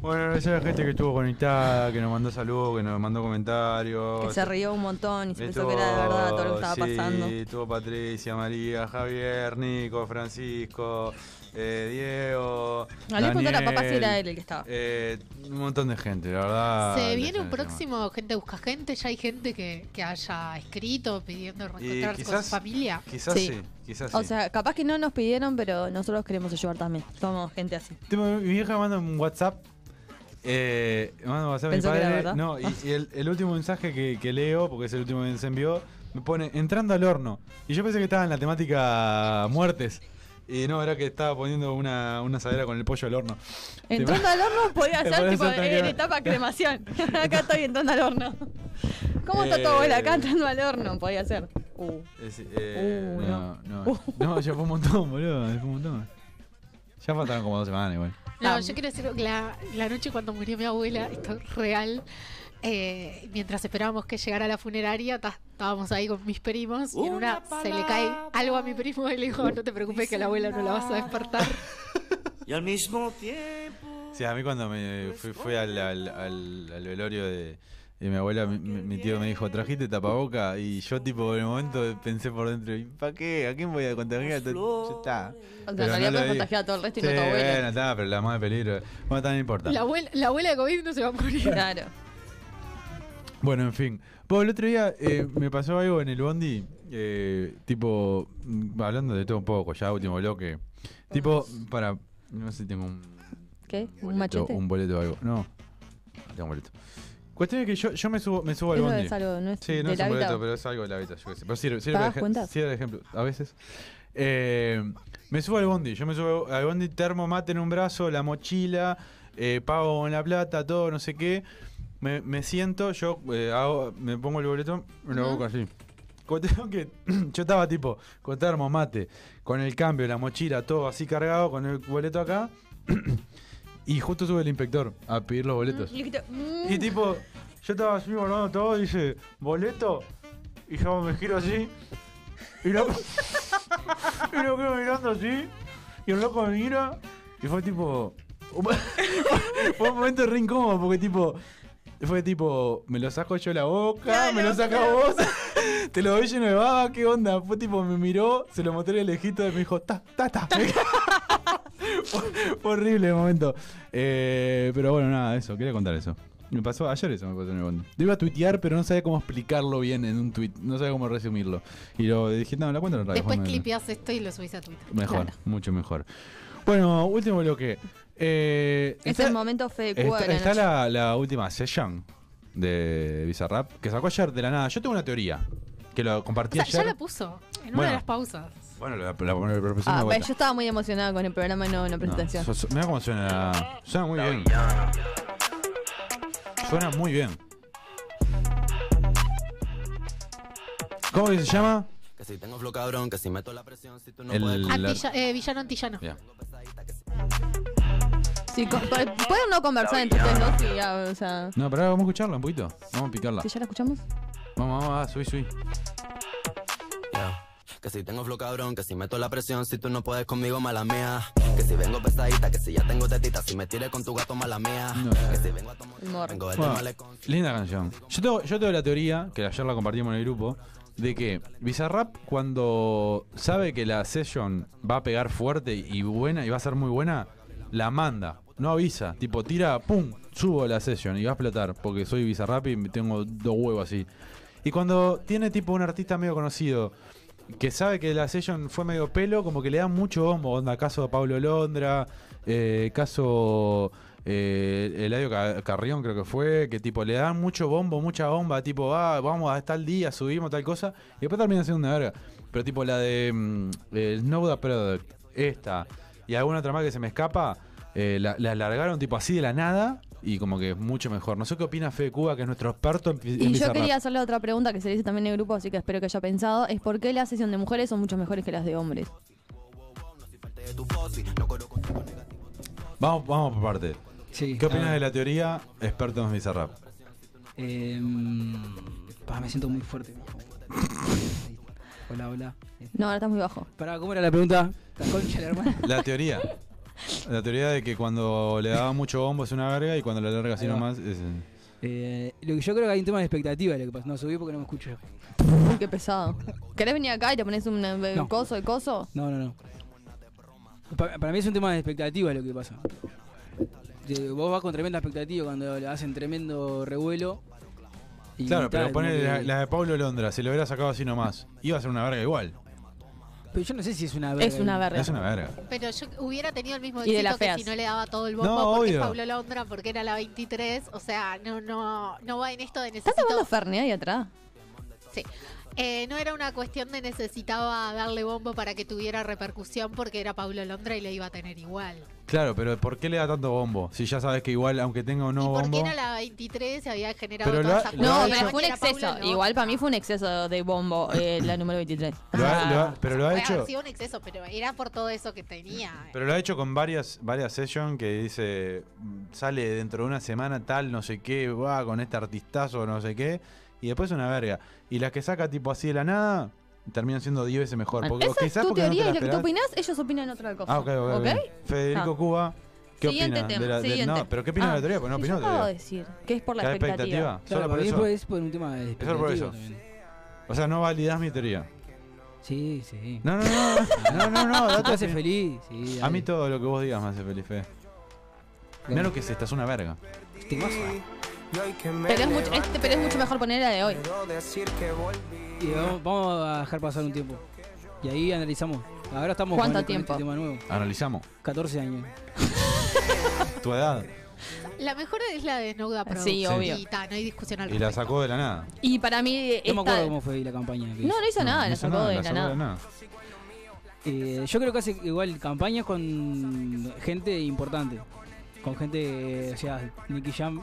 Bueno, agradecer a la gente que estuvo conectada, que nos mandó saludos, que nos mandó comentarios.
Que se rió un montón y se pensó que
Estuvo-
era de verdad todo lo que estaba
sí,
pasando.
estuvo Patricia, María, Javier, Nico, Francisco, eh, Diego.
No, le pregunté a la
Daniel, Ah,
papá si era él el que estaba.
eh, un montón de gente, la verdad.
Se viene
les
un próximo Gente Busca Gente. Ya hay gente que, que haya escrito pidiendo reencontrarse con
quizás-
su familia.
Quizás sí, quizás sí.
O sea, capaz que no nos pidieron, pero nosotros queremos ayudar también. Somos gente así.
Tengo- mi vieja manda un WhatsApp. Eh, manda un WhatsApp a mi
Pensó que era
padre.
verdad.
No, y, y el, el último mensaje que, que leo, porque es el último que se envió, me pone entrando al horno. Y yo pensé que estaba en la temática muertes. Y no, era que estaba poniendo una, una asadera con el pollo al horno.
Entrando al horno podía
Te
ser
podés
tipo
entrar
en
que-
etapa cremación. acá estoy entrando al horno. ¿Cómo está tu abuela? Acá
Eh.
entrando al horno, podía ser. Uh.
Es- eh,
Uh,
no, no. No, ya fue un montón, boludo. Ya fue un montón. Ya faltaron como dos semanas igual.
No, yo quiero decir que la, la noche cuando murió mi abuela, esto es real. eh, mientras esperábamos que llegara la funeraria, ta- estábamos ahí con mis primos y en una se le cae algo a mi primo y le dijo, no te preocupes que la abuela no la vas a despertar.
Y al mismo tiempo. Sí, a mí cuando me fui, fui al, al, al- al velorio de, de mi abuela, mi, mi- mi tío me dijo, trajiste tapaboca. Y yo, tipo, en el momento pensé por dentro, ¿para qué? ¿A quién voy a contagiar? Ya está.
en realidad
Pero lo
puedes
dije.
contagiar a todo el resto y no
Sí,
a tu abuela.
Bueno, está, pero la más de peligro. Bueno, también importa.
La abuela, la abuela de COVID no se va a morir.
Claro.
Bueno, en fin. Bueno, el otro día eh, me pasó algo en el bondi, eh, tipo, mm, hablando de todo un poco, ya último bloque. Tipo, para, no sé si tengo un
¿Qué? ¿Un
boleto,
machete?
un boleto o algo. No, no tengo un boleto. Cuestión es que yo, yo me subo, me subo al
Eso
bondi.
es algo, no es
sí, no
de
es
la
un
vida.
boleto, pero es algo de la vida, yo qué sé. Pero sirve, sirve,
¿Pagás
de, ej-
cuentas?
sirve de ejemplo, a veces. Eh, me subo al bondi, yo me subo al bondi, termo mate en un brazo, la mochila, eh, pago con la plata, todo, no sé qué. Me, me siento, yo eh, hago- me pongo el boleto, me lo hago así. Cuestión que yo estaba tipo, con termo mate, con el cambio, la mochila, todo así cargado, con el boleto acá. y justo sube el inspector a pedir los boletos.
Mm,
Y tipo, yo estaba así guardando todo, dice, boleto. Y yo me giro así. Y lo, y lo quedo mirando así. Y el loco me mira. Y fue tipo. fue un momento re incómodo porque tipo. Fue tipo, me lo saco yo la boca, me lo sacas vos, te lo doy lleno de baba, ¿qué onda? Fue tipo, me miró, se lo mostré de lejito y me dijo, ta, ta, ta. Fue horrible el momento. Eh, pero bueno, nada, eso, quería contar eso. Me pasó ayer eso, me pasó en el bondi. Lo iba a tuitear, pero no sabía cómo explicarlo bien en un tweet, no sabía cómo resumirlo. Y lo dije, no, la cuento en el radio.
Después
me-
clipeás esto y lo subís a Twitter.
Mejor, mucho mejor. Bueno, último bloque. Eh,
Es el momento fe de Cuba
Está,
de la
está
noche.
la, la última session de Bizarrap que sacó ayer de la nada. Yo tengo una teoría que lo
O
compartí
sea, ya
ayer.
la puso en una
Bueno.
de las pausas.
Bueno, la, la, la- la próxima
Ah,
vuelta.
ve, yo estaba muy emocionada con el programa y no, no presté
No,
atención.
su- su- mirá cómo suena. Suena muy bien. Suena muy bien. ¿Cómo que se llama?
Que si tengo flow cabrón, que si meto la presión, si tú no
El-
puedes.
la-
Antilla- eh, villano antillano.
Ya.
Sí, co- pa- pueden no conversar entre ustedes dos y ya, o sea.
No, pero ahora vamos a escucharla un poquito. Vamos a picarla.
¿Sí ya la escuchamos?
Vamos, vamos, ah, subí, subí.
Yeah. Que si tengo flow cabrón, que si meto la presión, si tú no puedes conmigo, mala mía. Que si vengo pesadita, que si ya tengo tetita, si me tires con tu gato, mala mía. Que si vengo a tomar, vengo desde el
Bueno,
malecón.
linda canción. Yo tengo, yo tengo la teoría, que ayer la compartimos en el grupo, de que Bizarrap cuando sabe que la session va a pegar fuerte y buena y va a ser muy buena, la manda. No avisa, tipo tira, pum, subo la session y va a explotar, porque soy Bizarrap y tengo dos huevos así. Y cuando tiene tipo un artista medio conocido que sabe que la session fue medio pelo, como que le da mucho bombo. Onda, caso Pablo Londra, eh, caso eh, Eladio Ca- Carrión, creo que fue, que tipo le dan mucho bombo, mucha bomba, tipo, ah, vamos a tal día, subimos tal cosa, y después termina siendo una verga. Pero tipo la de mm, eh, Snow the Product, esta, y alguna otra más que se me escapa, eh, la, la largaron tipo así de la nada. Y como que es mucho mejor. No sé qué opina Fede Cuba, que es nuestro experto en, pi- en
Y yo
Bizarrap.
quería hacerle otra pregunta que se le hice también en el grupo, así que espero que haya pensado, es por qué las sesión de mujeres son mucho mejores que las de hombres.
Vamos, vamos por parte.
Sí,
¿Qué
a
opinas
ver.
de la teoría experto en Bizarrap?
Eh, pa, me siento muy fuerte. Hola, hola.
No, ahora estás muy bajo.
Pará, ¿cómo era la pregunta? La concha de la hermana.
La teoría. La teoría de que cuando le daba mucho bombo es una verga y cuando la larga así
Ahí va.
nomás es.
Eh, lo que yo creo que hay un tema de expectativa de lo que pasa. No subí porque no me escucho yo.
Uy, qué pesado. ¿Querés venir acá y te pones un eh,
No.
coso de coso?
No, no, no. Pa- Para, mí es un tema de expectativa lo que pasa. De- vos vas con tremenda expectativa cuando le hacen tremendo revuelo. y eh,
Claro,
tal,
pero poner
como
la,
que-
la de Pablo Londra, si lo hubiera sacado así nomás, iba a ser una verga igual.
Pero yo no sé si es una verga.
Es una verga.
Es una verga.
Pero yo hubiera tenido el mismo
Y de las
éxito que
feas.
si no le daba todo el bombo
No,
porque
obvio.
es Pablo Londra, porque era la 23. O sea, no, no, no va en esto de
¿Estás
necesitar.
tomando Fernet ahí atrás?
Sí. Eh, no era una cuestión de necesitaba darle bombo para que tuviera repercusión porque era Pablo Londra y le iba a tener igual.
Claro, pero ¿por qué le da tanto bombo? Si ya sabes que igual, aunque tenga o no
Porque
bombo.
era la 23 se había generado
Pero lo
toda
ha-
esa
lo
No,
cultura
pero
de
fue un
que era Pablo
exceso.
Londra.
Igual para mí fue un exceso de bombo, eh, la número Ah. 23.
Lo ha- lo ha- pero lo ha
Puede
hecho.
haber sido un exceso, pero era por todo eso que tenía.
Pero lo ha hecho con varias, varias sessions que dice, mm, sale dentro de una semana tal, no sé qué, va con este artistazo, no sé qué, y después una verga. Y las que saca tipo así de la nada, terminan siendo 10 veces mejor. Porque,
Ah, Esa es
quizás
tu
porque no te
teoría
la
y lo que tú
esperás.
opinás, ellos opinan otra cosa.
Ah, ok, ok. ok. Federico
Ah.
Cuba, ¿qué
Siguiente
opina?
tema,
de la, de-
siguiente. Ah,
no, pero ¿qué opina de la teoría? Pues no
Yo
opinó de la
acabo de
teoría.
decir que es por la
¿Cada
expectativa.
expectativa?
Claro,
Solo
para
por
mí
eso.
fue- es por un tema de
Eso es por
expectativa.
eso. O sea, no validás mi teoría.
Sí, sí.
No, no, no. no, no, no.
Me
date
hace
opinión.
feliz. Sí,
A
dale.
mí todo lo que vos digas me hace feliz, Fede. Mira lo que es esta, es una verga.
Pero es, mucho, este- pero es mucho mejor poner la de hoy.
Y vamos, vamos a dejar pasar un tiempo. Y ahí analizamos. Ahora estamos
¿Cuánto
con, con
tiempo?
este tema nuevo.
Analizamos.
14 años.
Tu edad.
La mejor es la de Snowda Pro.
Sí, obvio.
Y ta, no hay discusión al
Y la
respecto.
sacó de la nada.
Y para mí
No me
esta-
acuerdo cómo fue la campaña. que
No, no hizo nada,
no
la
hizo
sacó
nada,
de
la
la
sacó de
nada.
la nada.
Eh, yo creo que hace igual campañas con gente importante. Con gente, eh, o sea, Nicky Jam.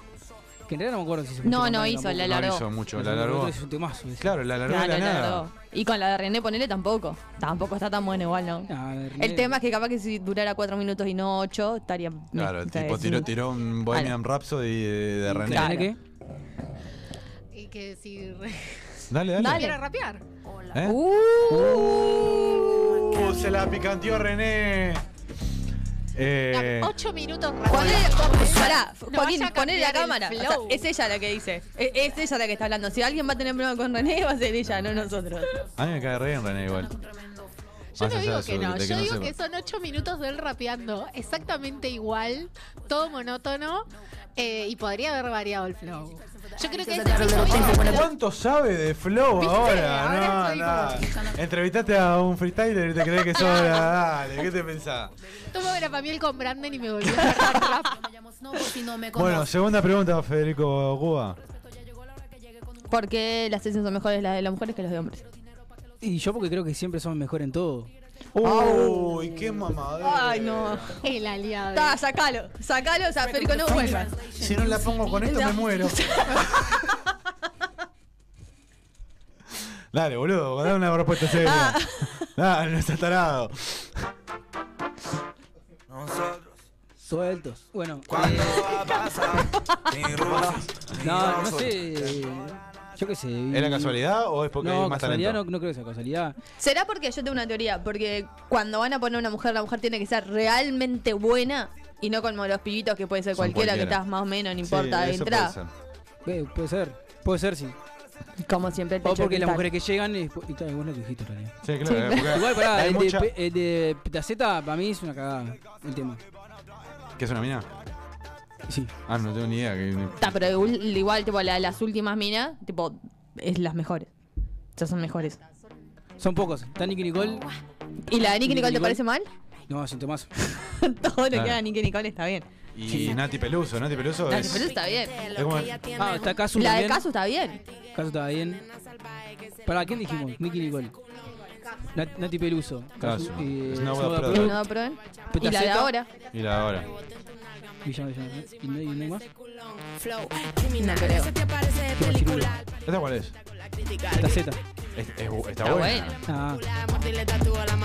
Que en realidad no me acuerdo si se
No, no hizo, la
No
largó.
hizo mucho,
Pero
la largó.
es un temazo ese.
Claro, la largó
No,
de la
no, la
nada.
largó. Y con la de René Ponele tampoco. Tampoco está tan bueno igual, ¿no? El tema es que capaz que si durara cuatro minutos y no ocho, estaría...
Claro, el
estaría
tipo tiró,
sin-
tiró un Bohemian Rhapsody de, de René.
Claro.
Dale,
Y que si re-
dale.
quiere rapear.
¿Eh? Uh, se la picanteó René. Eh,
8 minutos
Poné- Pará,
No
Joaquín,
vaya a
poné la
cambiar el
cámara. O sea,
flow.
es ella la que dice. E- Es, ella la que está hablando. Si alguien va a tener problema con René, va a ser ella, no nosotros.
a mí me cae re bien René igual.
Yo
Más
no
allá
digo
de
que
su-
no,
de
yo
no
digo
sepa.
que son ocho minutos de él rapeando exactamente igual, todo monótono, eh, y podría haber variado el flow. Yo creo que ese tipo hubiera-
¿Cuánto sabe de flow
¿Viste?
ahora?
Ahora
No,
soy
no. Entrevistaste a un freestyler y te crees que sobra. Dale, ¿qué te pensás?
Tomo Verapamiel con Branden y me volvió a hacer rap.
Bueno, segunda pregunta, Federico Cuba.
Porque las sesiones son mejores las de las mujeres que las de hombres.
Y yo porque creo que siempre son mejor en todo.
Uy, qué mamadera.
Ay, no.
El aliado.
Está, sacalo. Sacalo, o sea, Federico, no vuelvas.
Si no la pongo con esto me muero. Dale, boludo, dale una respuesta seria. Dale, no estás tarado.
Sueltos. Bueno.
¿Cuándo
eh,
va a pasar? Ni rulos, ni
No, no
gansos.
sé. Yo qué sé.
¿Era casualidad o es porque
no,
hay más
casualidad
talento?
No, no creo que sea casualidad.
¿Será porque yo tengo una teoría? Porque cuando van a poner una mujer, la mujer tiene que ser realmente buena y no como los pibitos que puede ser
Son
cualquiera, que
cualquiera.
estás más o menos, no importa, entra.
Eh, Puede ser. Puede ser, sí.
Como siempre, el
O
techo
porque
de
las
cristal.
mujeres que llegan. es- Y tal, vos lo que dijiste, en realidad.
Sí, claro, Sí. eh, porque
Igual, pará,
hay
el,
mucha-
de, pe- el de Petaceta para mí es una cagada. El tema.
¿Qué es una mina?
Sí.
Ah, no tengo ni idea. que-
Está, pero igual, igual, tipo, la- las últimas minas, tipo, es las mejores. Esas son mejores.
Son pocos. Está Nicky Nicole.
¿Y la de Nicky Nicole te parece mal?
No, es un temazo.
Todo lo que
Claro.
haga Nicky Nicole está bien.
Y Nati Peluso, Nati Peluso
Nati
es...
Peluso está bien.
es como-
Ah, está Casu
La de
también.
Casu está bien.
Caso estaba bien. ¿Para quién dijimos? Nicky Nicole. Nat- Nati Peluso.
Casu.
Casu, eh,
Snow
Snow
Approach.
Approach.
No, pero. ¿eh? Y la de
Petaceta.
ahora.
Y la hora.
Y ya, ya, ya. ¿Y no, y no hay más?
No creo.
¿Esta cuál es?
Petaceta.
Es- es- está buena.
Ah.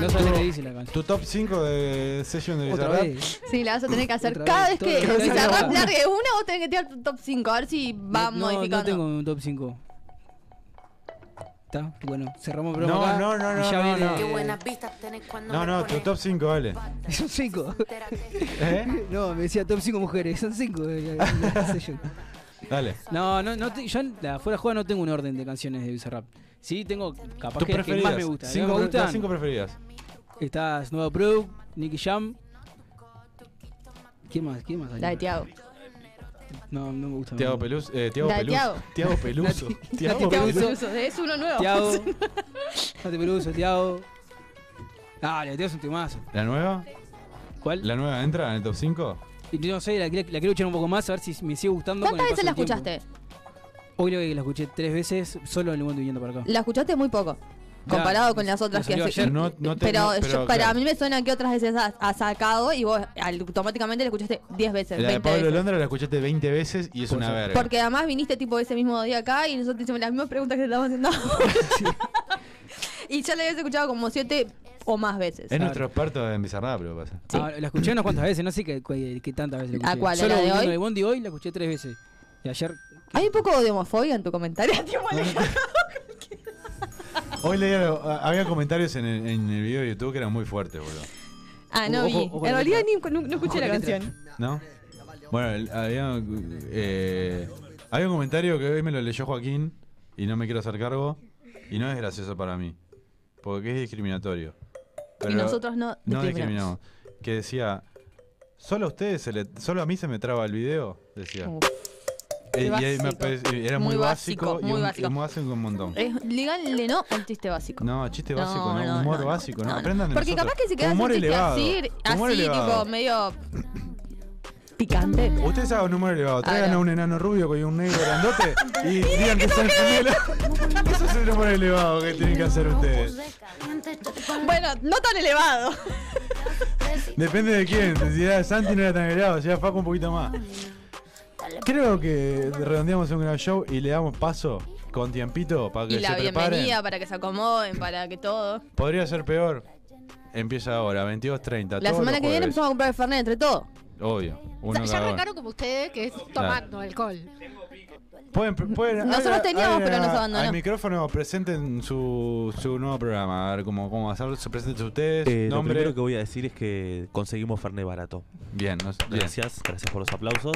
No sabes lo que dice la canción.
Tu top 5 de session de
Otra
Bizarrap.
vez.
Sí, la vas a tener que hacer
Otra
cada vez
vez, todo lo
que
que
si
haga.
la rap largue una, vos tenés que tirar tu top 5, a ver si va
no,
modificando.
No tengo un top 5. Está, bueno, cerramos broma.
No,
acá
no, no,
y
no,
ya
no,
viene-
no. Qué buena No, no, tu top 5, vale.
Son 5.
¿Eh?
No, me decía top 5 mujeres, son eh, 5.
Dale.
No, no, no, te- yo en la fuera de juego no tengo un orden de canciones de Bizarrap. Sí, tengo capaz
Tus
que las que
preferidas.
más me gusta.
Cinco,
me
pre-
gustan.
las cinco preferidas.
Está Snow Pro, Nicky Jam. ¿Quién más? ¿Quién más? salió?
La de Tiago.
No, no me gusta.
Tiago Pelus, eh, Tiago
Dale,
Peluso.
Tiago.
Tiago Peluso. Tiago
Tiago
Peluso.
Peluso, Es uno nuevo.
Tiago. Nati Peluso, Tiago. Dale, Tiago es un temazo.
¿La nueva?
¿Cuál?
¿La nueva entra en el top 5?
Y no sé, la, la quiero escuchar un poco más, a ver si me sigue gustando. con
¿Cuántas veces
el
la
paso del tiempo.
escuchaste?
Hoy creo que la escuché tres veces solo en el mundo viniendo para acá.
La escuchaste muy poco. Comparado con las otras que
salió
hace.
ayer.
No, no te,
Pero,
no,
yo- para mí me suena que otras veces has, has sacado y vos al- automáticamente la escuchaste 10 veces,
La de
20
Pablo
veces.
Londra la escuchaste 20 veces y es una verga.
Porque además viniste tipo ese mismo día acá y nosotros te hicimos las mismas preguntas que te estamos haciendo. y ya la habías escuchado como 7 o más veces.
Es nuestro experto en Bizarrap, lo que pasa.
Ah, la escuché unas cuantas veces, no sé qué, qué- qué tantas veces la
¿A
escuché.
cuál? ¿A
Solo
la de
viniendo
hoy?
de Bondi hoy la escuché tres veces. Y ayer.
Hay un poco de homofobia en tu comentario, tipo,
Hoy leía, a- había comentarios en el, en el video de YouTube que eran muy fuertes, boludo.
Ah, no
Ojo,
vi.
ojo
en
la
realidad ni, no, no escuché
Ojo
la
la letra.
canción.
¿No? Bueno, el- había, eh, había un comentario que hoy me lo leyó Joaquín y no me quiero hacer cargo. Y no es gracioso para mí. Porque es discriminatorio.
y nosotros no
No
discriminamos.
discriminamos. Que decía, solo a ustedes, se le- solo a mí se me traba el video, decía.
Uf.
Eh,
Qué
y ahí me
básico.
parece- y era muy,
Muy
básico,
básico,
y
muy
un-
básico.
y muy básico un montón.
Es- díganle no al chiste básico.
No, chiste
No,
básico, no,
no,
humor
no, no.
básico, no,
No, no.
aprendan de
Porque
nosotros.
capaz que si quedas
humor
un chiste
elevado.
así,
humor
así
elevado.
tipo medio picante.
Ustedes hagan un humor elevado, traigan
Claro.
a un enano rubio con un negro grandote y digan que son gemelos. Eso es el humor elevado que tienen que hacer ustedes.
Bueno, no tan elevado.
Depende de quién. Si era Santi no era tan elevado, si era Facu un poquito más. Creo que redondeamos un gran show y le damos paso con tiempito para que
Y la
se preparen.
bienvenida para que se acomoden, para que todo.
Podría ser peor. Empieza ahora, 22.30.
La
todos
semana
los
que viene
jueves.
empezamos a comprar el Fernet entre todos.
Obvio. uno
Ya
cada uno.
arrancaron como ustedes, que es tomando alcohol.
Pueden, pueden-
Nosotros
hagan-
teníamos,
hagan
pero nos
a-
abandonó.
Al micrófono presenten su, su nuevo programa. A ver cómo, cómo hacer. Se presenten ustedes.
Eh, lo
nombre.
primero que voy a decir es que conseguimos Fernet barato.
Bien, nos- bien.
gracias, gracias por los aplausos.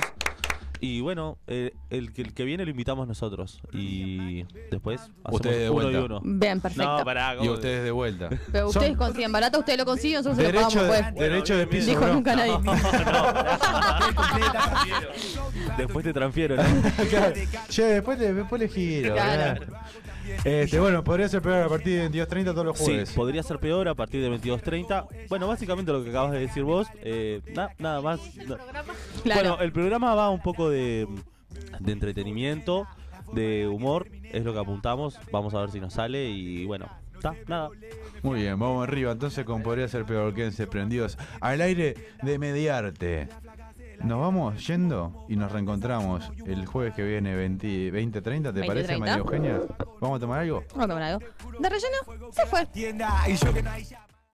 Y bueno, eh, el, que- el que viene lo invitamos nosotros. Y después hacemos
Ustedes de
uno y
vuelta.
uno.
Bien, perfecto.
No, pará,
y
¿cómo?
ustedes de vuelta.
Pero
Son
ustedes consiguen barato, ustedes lo consiguen, nosotros se lo
derecho,
pagamos
de,
después.
derecho de piso.
Dijo
bro.
nunca nadie.
Después te transfiero, ¿no?
Claro. Che, después, le- después le giro.
Claro.
¿verdad? Este, bueno, podría ser peor a partir de 22.30 todos los
Sí,
jueves.
podría ser peor a partir de 22.30. Bueno, básicamente lo que acabas de decir vos, eh, na- nada más. na- Bueno, el programa va un poco de, de entretenimiento, de humor, es lo que apuntamos. Vamos a ver si nos sale y bueno, está, nada.
Muy bien, vamos arriba entonces con Podría ser peor. Quédense prendidos al aire de Mediarte. Nos vamos yendo y nos reencontramos el jueves que viene 20, 20.30, ¿te parece,
20:30?
María Eugenia?
¿Vamos a tomar algo?
Vamos a tomar algo. De relleno, se fue.
Y yo que no hay llave.